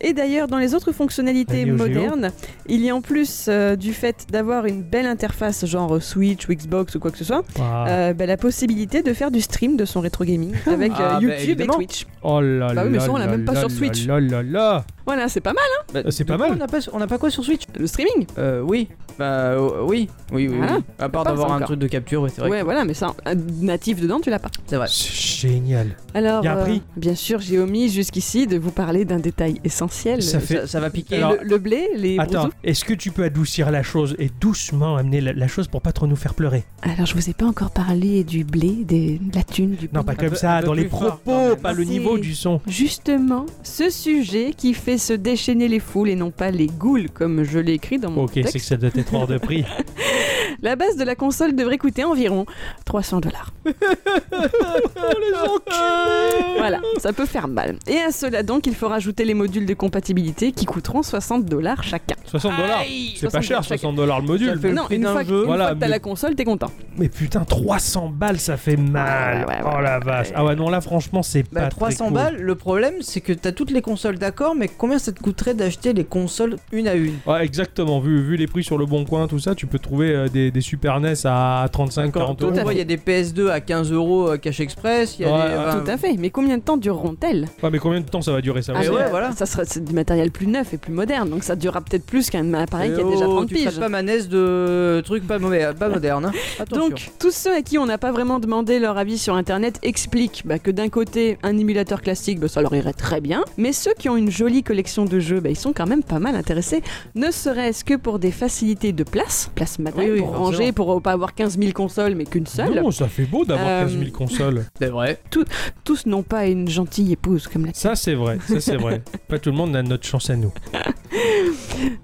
S3: Et d'ailleurs, dans les autres fonctionnalités
S2: La Neo Geo.
S3: modernes, il y a en plus euh, du fait d'avoir une belle interface genre Switch ou Xbox ou quoi que ce soit,
S2: Ah.
S3: euh, bah, la possibilité de faire du stream de son rétro gaming avec
S1: Ah,
S3: euh,
S1: bah,
S3: YouTube et
S1: évidemment.
S3: Twitch.
S2: Oh là là.
S3: Bah oui, mais ça, on l'a
S2: là
S3: même pas
S2: là
S3: sur
S2: là
S3: Switch.
S2: Là là là.
S3: Voilà, c'est pas mal,
S1: Bah,
S2: c'est
S1: de
S2: pas
S1: quoi
S2: mal.
S1: On n'a pas, on n'a pas quoi sur Switch
S3: le streaming.
S1: Euh, oui. Bah, euh, oui. Oui, oui, oui.
S3: Voilà.
S1: À part
S3: pas,
S1: d'avoir
S3: ça,
S1: un
S3: encore.
S1: truc de capture, ouais, c'est vrai.
S3: Ouais, voilà, mais ça, un natif dedans, tu l'as pas.
S1: C'est vrai.
S2: C'est génial.
S3: Alors, euh,
S2: Y a un prix
S3: bien sûr, j'ai omis jusqu'ici de vous parler d'un détail essentiel.
S2: Ça fait.
S1: Ça, ça va piquer.
S3: Et
S2: Alors-
S3: le, le blé, les
S2: Attends,
S3: brousous.
S2: est-ce que tu peux adoucir la chose et doucement amener la, la chose pour pas trop nous faire pleurer
S3: Alors, je vous ai pas encore parlé du blé, des, de la thune, du
S2: Non, pas
S3: blé.
S2: comme
S1: peu-
S2: ça,
S1: un peu
S2: dans les
S1: plus fort, quand
S2: propos,
S1: même.
S2: pas le
S3: Si.
S2: niveau du son.
S3: Justement, ce sujet qui fait se déchaîner les foules et non pas les goules, comme je l'ai écrit dans mon
S2: Ok, c'est que
S3: texte,
S2: ça doit être hors de prix.
S3: la base de la console devrait coûter environ 300 dollars. Voilà, ça peut faire mal. Et à cela donc, il faut rajouter les modules de compatibilité qui coûteront 60 dollars chacun.
S2: 60 dollars. C'est pas cher,
S3: 60 dollars chacun.
S2: 60 dollars le module.
S1: Ça fait le
S3: non,
S1: prix
S3: une
S1: d'un
S3: fois, que-
S1: jeu.
S3: une
S2: Voilà,
S3: fois que t'as
S2: mais-
S3: la console, t'es content.
S2: Mais putain, 300 balles, ça fait mal.
S3: Ouais, ouais, ouais,
S2: oh la vache. Ah ouais, non, là, franchement, c'est
S1: Bah,
S2: pas. très
S1: 300
S2: cool.
S1: balles, le problème c'est que t'as toutes les consoles d'accord, mais combien ça te coûterait d'acheter les consoles une à une
S2: Ouais, exactement. Vu, vu les prix sur le bon coin, tout ça, tu peux trouver euh, des, des Super NES à 35, 40
S1: on
S2: euros.
S3: à
S1: voit,
S3: fait.
S1: il y a des PS2 à 15 euros euh, cash express, il y a
S2: Ouais,
S1: des.
S2: ouais.
S1: enfin,
S3: Tout à fait, mais combien de temps dureront-elles
S2: Ouais, mais combien de temps ça va durer ça
S1: Ah,
S2: aussi
S1: mais ouais,
S3: euh,
S1: voilà.
S3: Ça sera c'est du matériel plus neuf et plus moderne, donc ça durera peut-être plus qu'un appareil qui a
S1: oh,
S3: déjà 30
S1: tu
S3: piges.
S1: traites pas ma NES de trucs pas, mauvais, pas modernes. hein. Attention.
S3: Donc, tous ceux à qui on n'a pas vraiment demandé leur avis sur Internet expliquent bah, que d'un côté, un émulateur classique, bah, ça leur irait très bien, mais ceux qui ont une jolie collection de jeux, bah, ils sont quand même pas mal intéressés, ne serait-ce que pour des facilités de place, place matérielle,
S1: Oui, oui,
S3: pour
S1: forcément.
S3: ranger, pour euh, pas avoir 15 000 consoles, mais qu'une seule.
S2: Non, ça fait beau d'avoir
S3: Euh,
S2: 15 000 consoles.
S1: c'est vrai.
S3: Tous n'ont pas une gentille épouse comme la
S2: Ça, c'est vrai. Ça, c'est vrai. Pas tout le monde a notre chance à nous.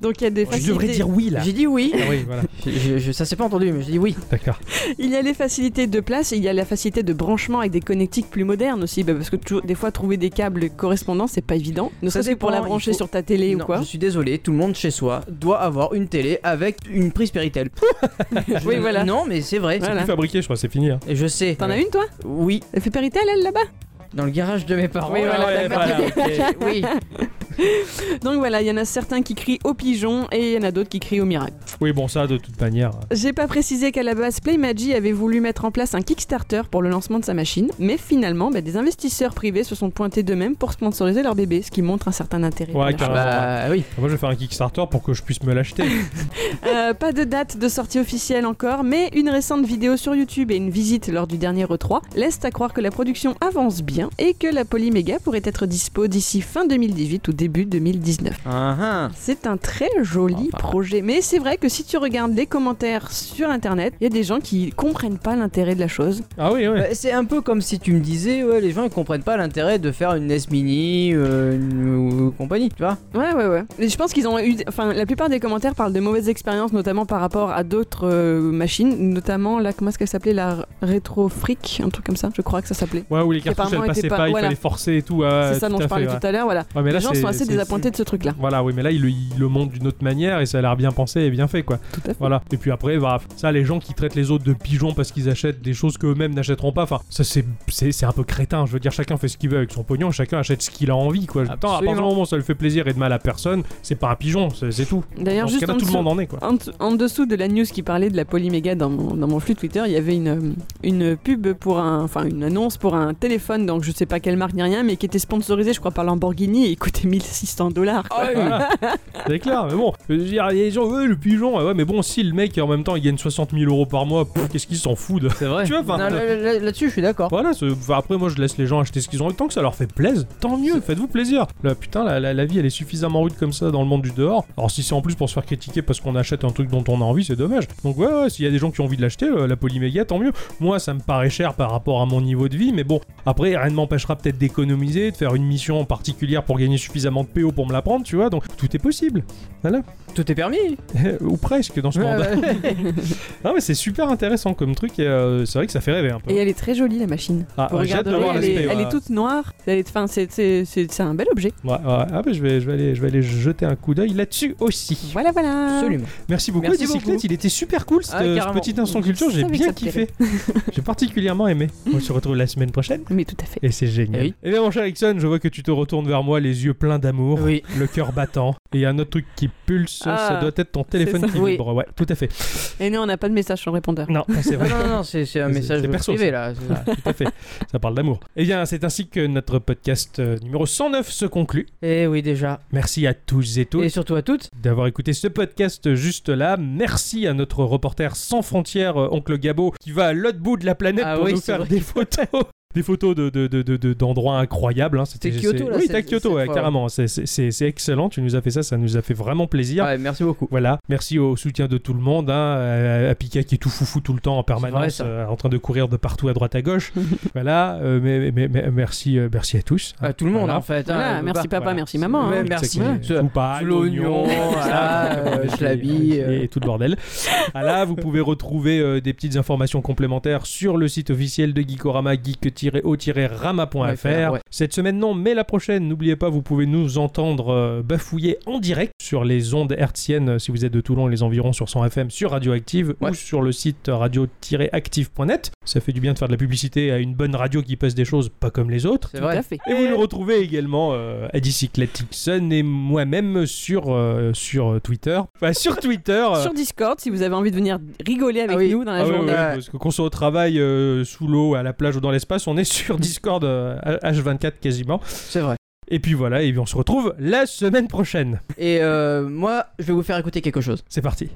S3: Donc, il y a des
S2: Tu
S3: facilités.
S2: devrais dire oui, là.
S1: J'ai dit oui.
S2: Ah oui, voilà.
S1: J'ai- j'ai- je- ça s'est pas entendu, mais j'ai dit oui.
S2: D'accord.
S3: Il y a les facilités de place, et il y a la facilité de branchement avec des connectiques plus modernes aussi, bah, parce que toujours- des fois trouver des câbles correspondants c'est pas évident, ne
S1: Ça
S3: serait-ce que pour
S1: dépend,
S3: la
S1: il
S3: brancher
S1: faut-
S3: sur ta télé
S1: Non,
S3: ou quoi.
S1: Je suis désolé, tout le monde chez soi doit avoir une télé avec une prise Péritel.
S3: Oui, voilà.
S1: Non, mais c'est vrai.
S3: Voilà.
S2: Plus fabriqué, je crois, c'est fini. hein.
S1: Et je sais.
S3: T'en as une toi
S1: Oui,
S3: Elle fait Péritel elle là-bas
S1: dans le garage de mes parents.
S3: Oui, voilà,
S2: Ah ouais,
S3: d'accord.
S1: Ok, oui.
S3: Donc voilà, il y en a certains qui crient au pigeon et il y en a d'autres qui crient au miracle.
S2: Oui, bon, ça, de toute manière.
S3: J'ai pas précisé qu'à la base, Playmagie avait voulu mettre en place un Kickstarter pour le lancement de sa machine, mais finalement, bah, des investisseurs privés se sont pointés d'eux-mêmes pour sponsoriser leur bébé, ce qui montre un certain intérêt.
S2: Ouais,
S3: pour la
S2: carrément.
S1: Bah oui.
S2: Moi, je vais faire un Kickstarter pour que je puisse me l'acheter.
S3: Euh, pas de date de sortie officielle encore, mais une récente vidéo sur YouTube et une visite lors du dernier E3 laissent à croire que la production avance bien et que la Polyméga pourrait être dispo d'ici fin 2018 ou début 2019.
S1: Ah, ah.
S3: C'est un très
S2: Ah,
S3: joli
S1: Enfin.
S3: projet, mais c'est vrai que si tu regardes les commentaires sur internet, il y a des gens qui comprennent pas l'intérêt de la chose.
S2: Ah oui, oui.
S1: Bah, c'est un peu comme si tu me disais, ouais, les gens ils comprennent pas l'intérêt de faire une NES Mini euh, une- ou compagnie, tu vois.
S3: Ouais, ouais, ouais. Et je pense qu'ils ont eu. Enfin, la plupart des commentaires parlent de mauvaises expériences, notamment par rapport à d'autres euh, machines, notamment là, comment est-ce qu'elle s'appelait La Rétro Freak, un truc comme ça, je crois que ça s'appelait.
S2: Ouais, où les
S3: Qui
S2: cartouches, elles
S3: apparemment
S2: passaient
S3: étaient
S2: pas,
S3: pas-
S2: il
S3: voilà.
S2: fallait forcer et tout. ouais,
S3: c'est ça dont
S2: tout
S3: je
S2: à
S3: parlais
S2: fait, ouais.
S3: tout à l'heure, voilà.
S2: Ouais, mais là,
S3: les gens
S2: c'est-
S3: sont assez
S2: c'est-
S3: désappointés de ce truc-là.
S2: Voilà, oui, mais là, ils le, ils le montrent d'une autre manière et ça a l'air bien pensé et bien fait, quoi.
S3: Tout à fait.
S2: Voilà. Et puis après, bah, ça, les gens qui traitent les autres de pigeons parce qu'ils achètent des choses qu'eux-mêmes n'achèteront pas, enfin, ça, c'est, c'est, c'est un peu crétin. Je veux dire, chacun fait ce qu'il veut avec son pognon, chacun achète ce qu'il a envie, quoi. Attends, à partir du
S1: Absolument.
S2: moment où ça lui fait plaisir et de mal à personne, c'est pas un pigeon, c'est, c'est tout.
S3: D'ailleurs,
S2: Dans ce
S3: juste
S2: cas-là,
S3: en
S2: tout le
S3: dessous,
S2: monde en est, quoi.
S3: en, dessous- en dessous de la news qui parlait de la polyméga dans mon, dans mon flux Twitter, il y avait une, euh, une pub pour un, enfin une annonce pour un téléphone, donc je sais pas quelle marque ni rien, mais qui était sponsorisé, je crois, par Lamborghini et il coûtait 1000 2600 dollars.
S1: Ah oui.
S2: C'est clair, mais bon, je veux dire, il y a des gens, ouais, le pigeon, ouais, ouais, mais bon, si le mec en même temps il gagne 60 000 euros par mois, pff, qu'est-ce qu'il s'en fout de.
S1: C'est vrai.
S2: Tu vois, enfin,
S1: Non, là- là- Là-dessus, je suis d'accord.
S2: Ah. Voilà, c'est- enfin, après moi je laisse les gens acheter ce qu'ils ont envie, tant que ça leur fait plaisir, tant mieux, faites-vous plaisir. Là, putain, la, la- la vie elle est suffisamment rude comme ça dans le monde du dehors. Alors si c'est en plus pour se faire critiquer parce qu'on achète un truc dont on a envie, c'est dommage. Donc ouais, ouais, s'il y a des gens qui ont envie de l'acheter, euh, la polyméga, tant mieux. Moi ça me paraît cher par rapport à mon niveau de vie, mais bon, après rien ne m'empêchera peut-être d'économiser, de faire une mission en particulière pour gagner suffisamment de PO pour me la prendre, tu vois, donc tout est possible. Voilà.
S1: Tout est permis.
S2: Ou presque dans ce
S1: Ouais,
S2: monde.
S1: ouais.
S2: Non mais c'est super intéressant comme truc, et euh, c'est vrai que ça fait rêver un peu.
S3: Et elle est très jolie la machine.
S2: Ah,
S3: Vous
S2: ouais, j'ai hâte de
S3: regarderez,
S2: voir
S3: elle,
S2: l'aspect,
S3: est, elle
S2: ouais.
S3: est toute noire. Elle est- Enfin, c'est- c'est c'est- c'est un bel objet.
S2: Ouais, ouais. Ah bah, je vais, je vais aller, je vais aller jeter un coup d'œil là-dessus aussi.
S3: Voilà, voilà.
S1: Absolument.
S2: Merci beaucoup,
S1: Merci
S2: Dicyclette.
S1: beaucoup.
S2: Il était super cool cette,
S1: Ah,
S2: euh, ce
S1: carrément.
S2: petit instant
S3: Je
S2: culture. J'ai
S3: savais que
S2: bien
S3: ça te
S2: kiffé. J'ai particulièrement aimé. On se retrouve la semaine prochaine.
S3: Mais tout à fait.
S2: Et c'est génial.
S1: Eh oui.
S2: Eh bien, mon cher Ixon, je vois que tu te retournes vers moi, les yeux pleins d'amour,
S1: Oui.
S2: le cœur battant. Et il y a un autre truc qui pulse. ça
S3: Ah,
S2: doit être ton téléphone
S3: ça.
S2: qui
S3: Oui.
S2: vibre. Ouais, tout à fait.
S3: Et non, on n'a pas de message sur le répondeur.
S2: Non, c'est vrai.
S1: Non, non, non, c'est c'est un
S2: C'est-
S1: message
S2: c'est perso,
S1: privé
S2: ça.
S1: là. C'est-
S2: Ah, tout à fait, ça parle d'amour. Eh bien, c'est ainsi que notre podcast euh, numéro 109 se conclut.
S1: Eh oui, déjà.
S2: Merci à tous et toutes.
S1: Et surtout à toutes.
S2: d'avoir écouté ce podcast juste là. Merci à notre reporter sans frontières, euh, Oncle Gabo, qui va à l'autre bout de la planète
S1: Ah
S2: pour
S1: oui,
S2: nous
S1: c'est
S2: faire
S1: vrai.
S2: des photos. Des photos d'endroits de, de, de, de- d'endroits incroyables. hein. C'était
S1: T'es Kyoto, là,
S2: Oui,
S1: cette-
S2: t'as Kyoto,
S1: cette
S2: ouais,
S1: fois, ouais.
S2: carrément. C'est- C'est c'est- c'est excellent. Tu nous as fait ça, ça nous a fait vraiment plaisir.
S1: Ouais, merci beaucoup.
S2: Voilà, merci au soutien de tout le monde, hein, à- à Pika qui est tout foufou tout le temps en
S1: vrai,
S2: permanence,
S1: ça.
S2: euh, en train de courir de partout à droite à gauche. voilà, euh, mais, mais- mais- merci, euh, merci à tous.
S1: À tout le monde
S2: Voilà.
S1: en fait. hein,
S3: Voilà,
S1: euh,
S3: merci
S1: bah,
S3: papa,
S2: voilà.
S3: merci maman.
S1: Ouais,
S3: hein.
S1: merci.
S2: C'est- Choupa,
S1: l'oignon, voilà,
S2: tout ça,
S1: euh,
S2: et-
S1: Schlabi,
S2: et,
S1: euh.
S2: et tout le bordel. Voilà, vous pouvez retrouver euh, des petites informations complémentaires sur le site officiel de Geekorama, geek-o-rama.fr.
S1: Ouais.
S2: Cette semaine, non, mais la prochaine, n'oubliez pas, vous pouvez nous entendre euh, bafouiller en direct sur les ondes hertziennes, euh, si vous êtes de Toulon et les environs, sur 100 FM, sur Radioactive
S1: Ouais.
S2: ou sur le site euh, radio-active.net. Ça fait du bien de faire de la publicité à une bonne radio qui passe des choses pas comme les autres.
S1: C'est
S3: Tout
S1: vrai.
S3: à fait.
S2: Et vous nous retrouvez également euh, à Dicyclatixon et moi-même sur, euh, sur Twitter. Enfin, sur Twitter. euh,
S3: Sur Discord, si vous avez envie de venir rigoler avec
S1: Ah oui.
S3: nous dans la
S2: ah ouais,
S3: journée.
S2: ouais,
S1: Ouais.
S2: parce que qu'on soit au travail, euh, sous l'eau, à la plage ou dans l'espace, on est sur Discord euh, H24 quasiment.
S1: C'est vrai.
S2: Et puis voilà, et puis on se retrouve la semaine prochaine.
S1: Et euh, moi, je vais vous faire écouter quelque chose.
S2: C'est parti.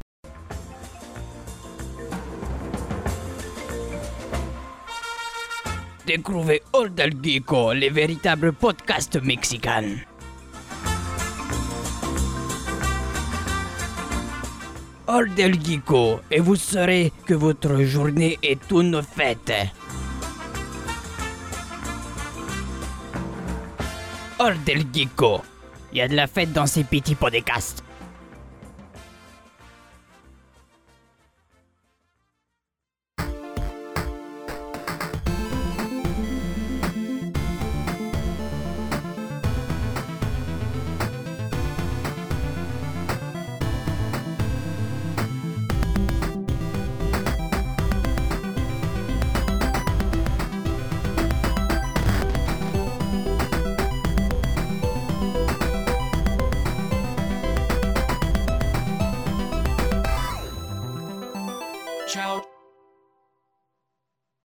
S5: Découvrez Old El Geeko, les véritables podcasts mexicains. Old El Geeko, et vous saurez que votre journée est une fête. Old El Geeko, il y a de la fête dans ces petits podcasts.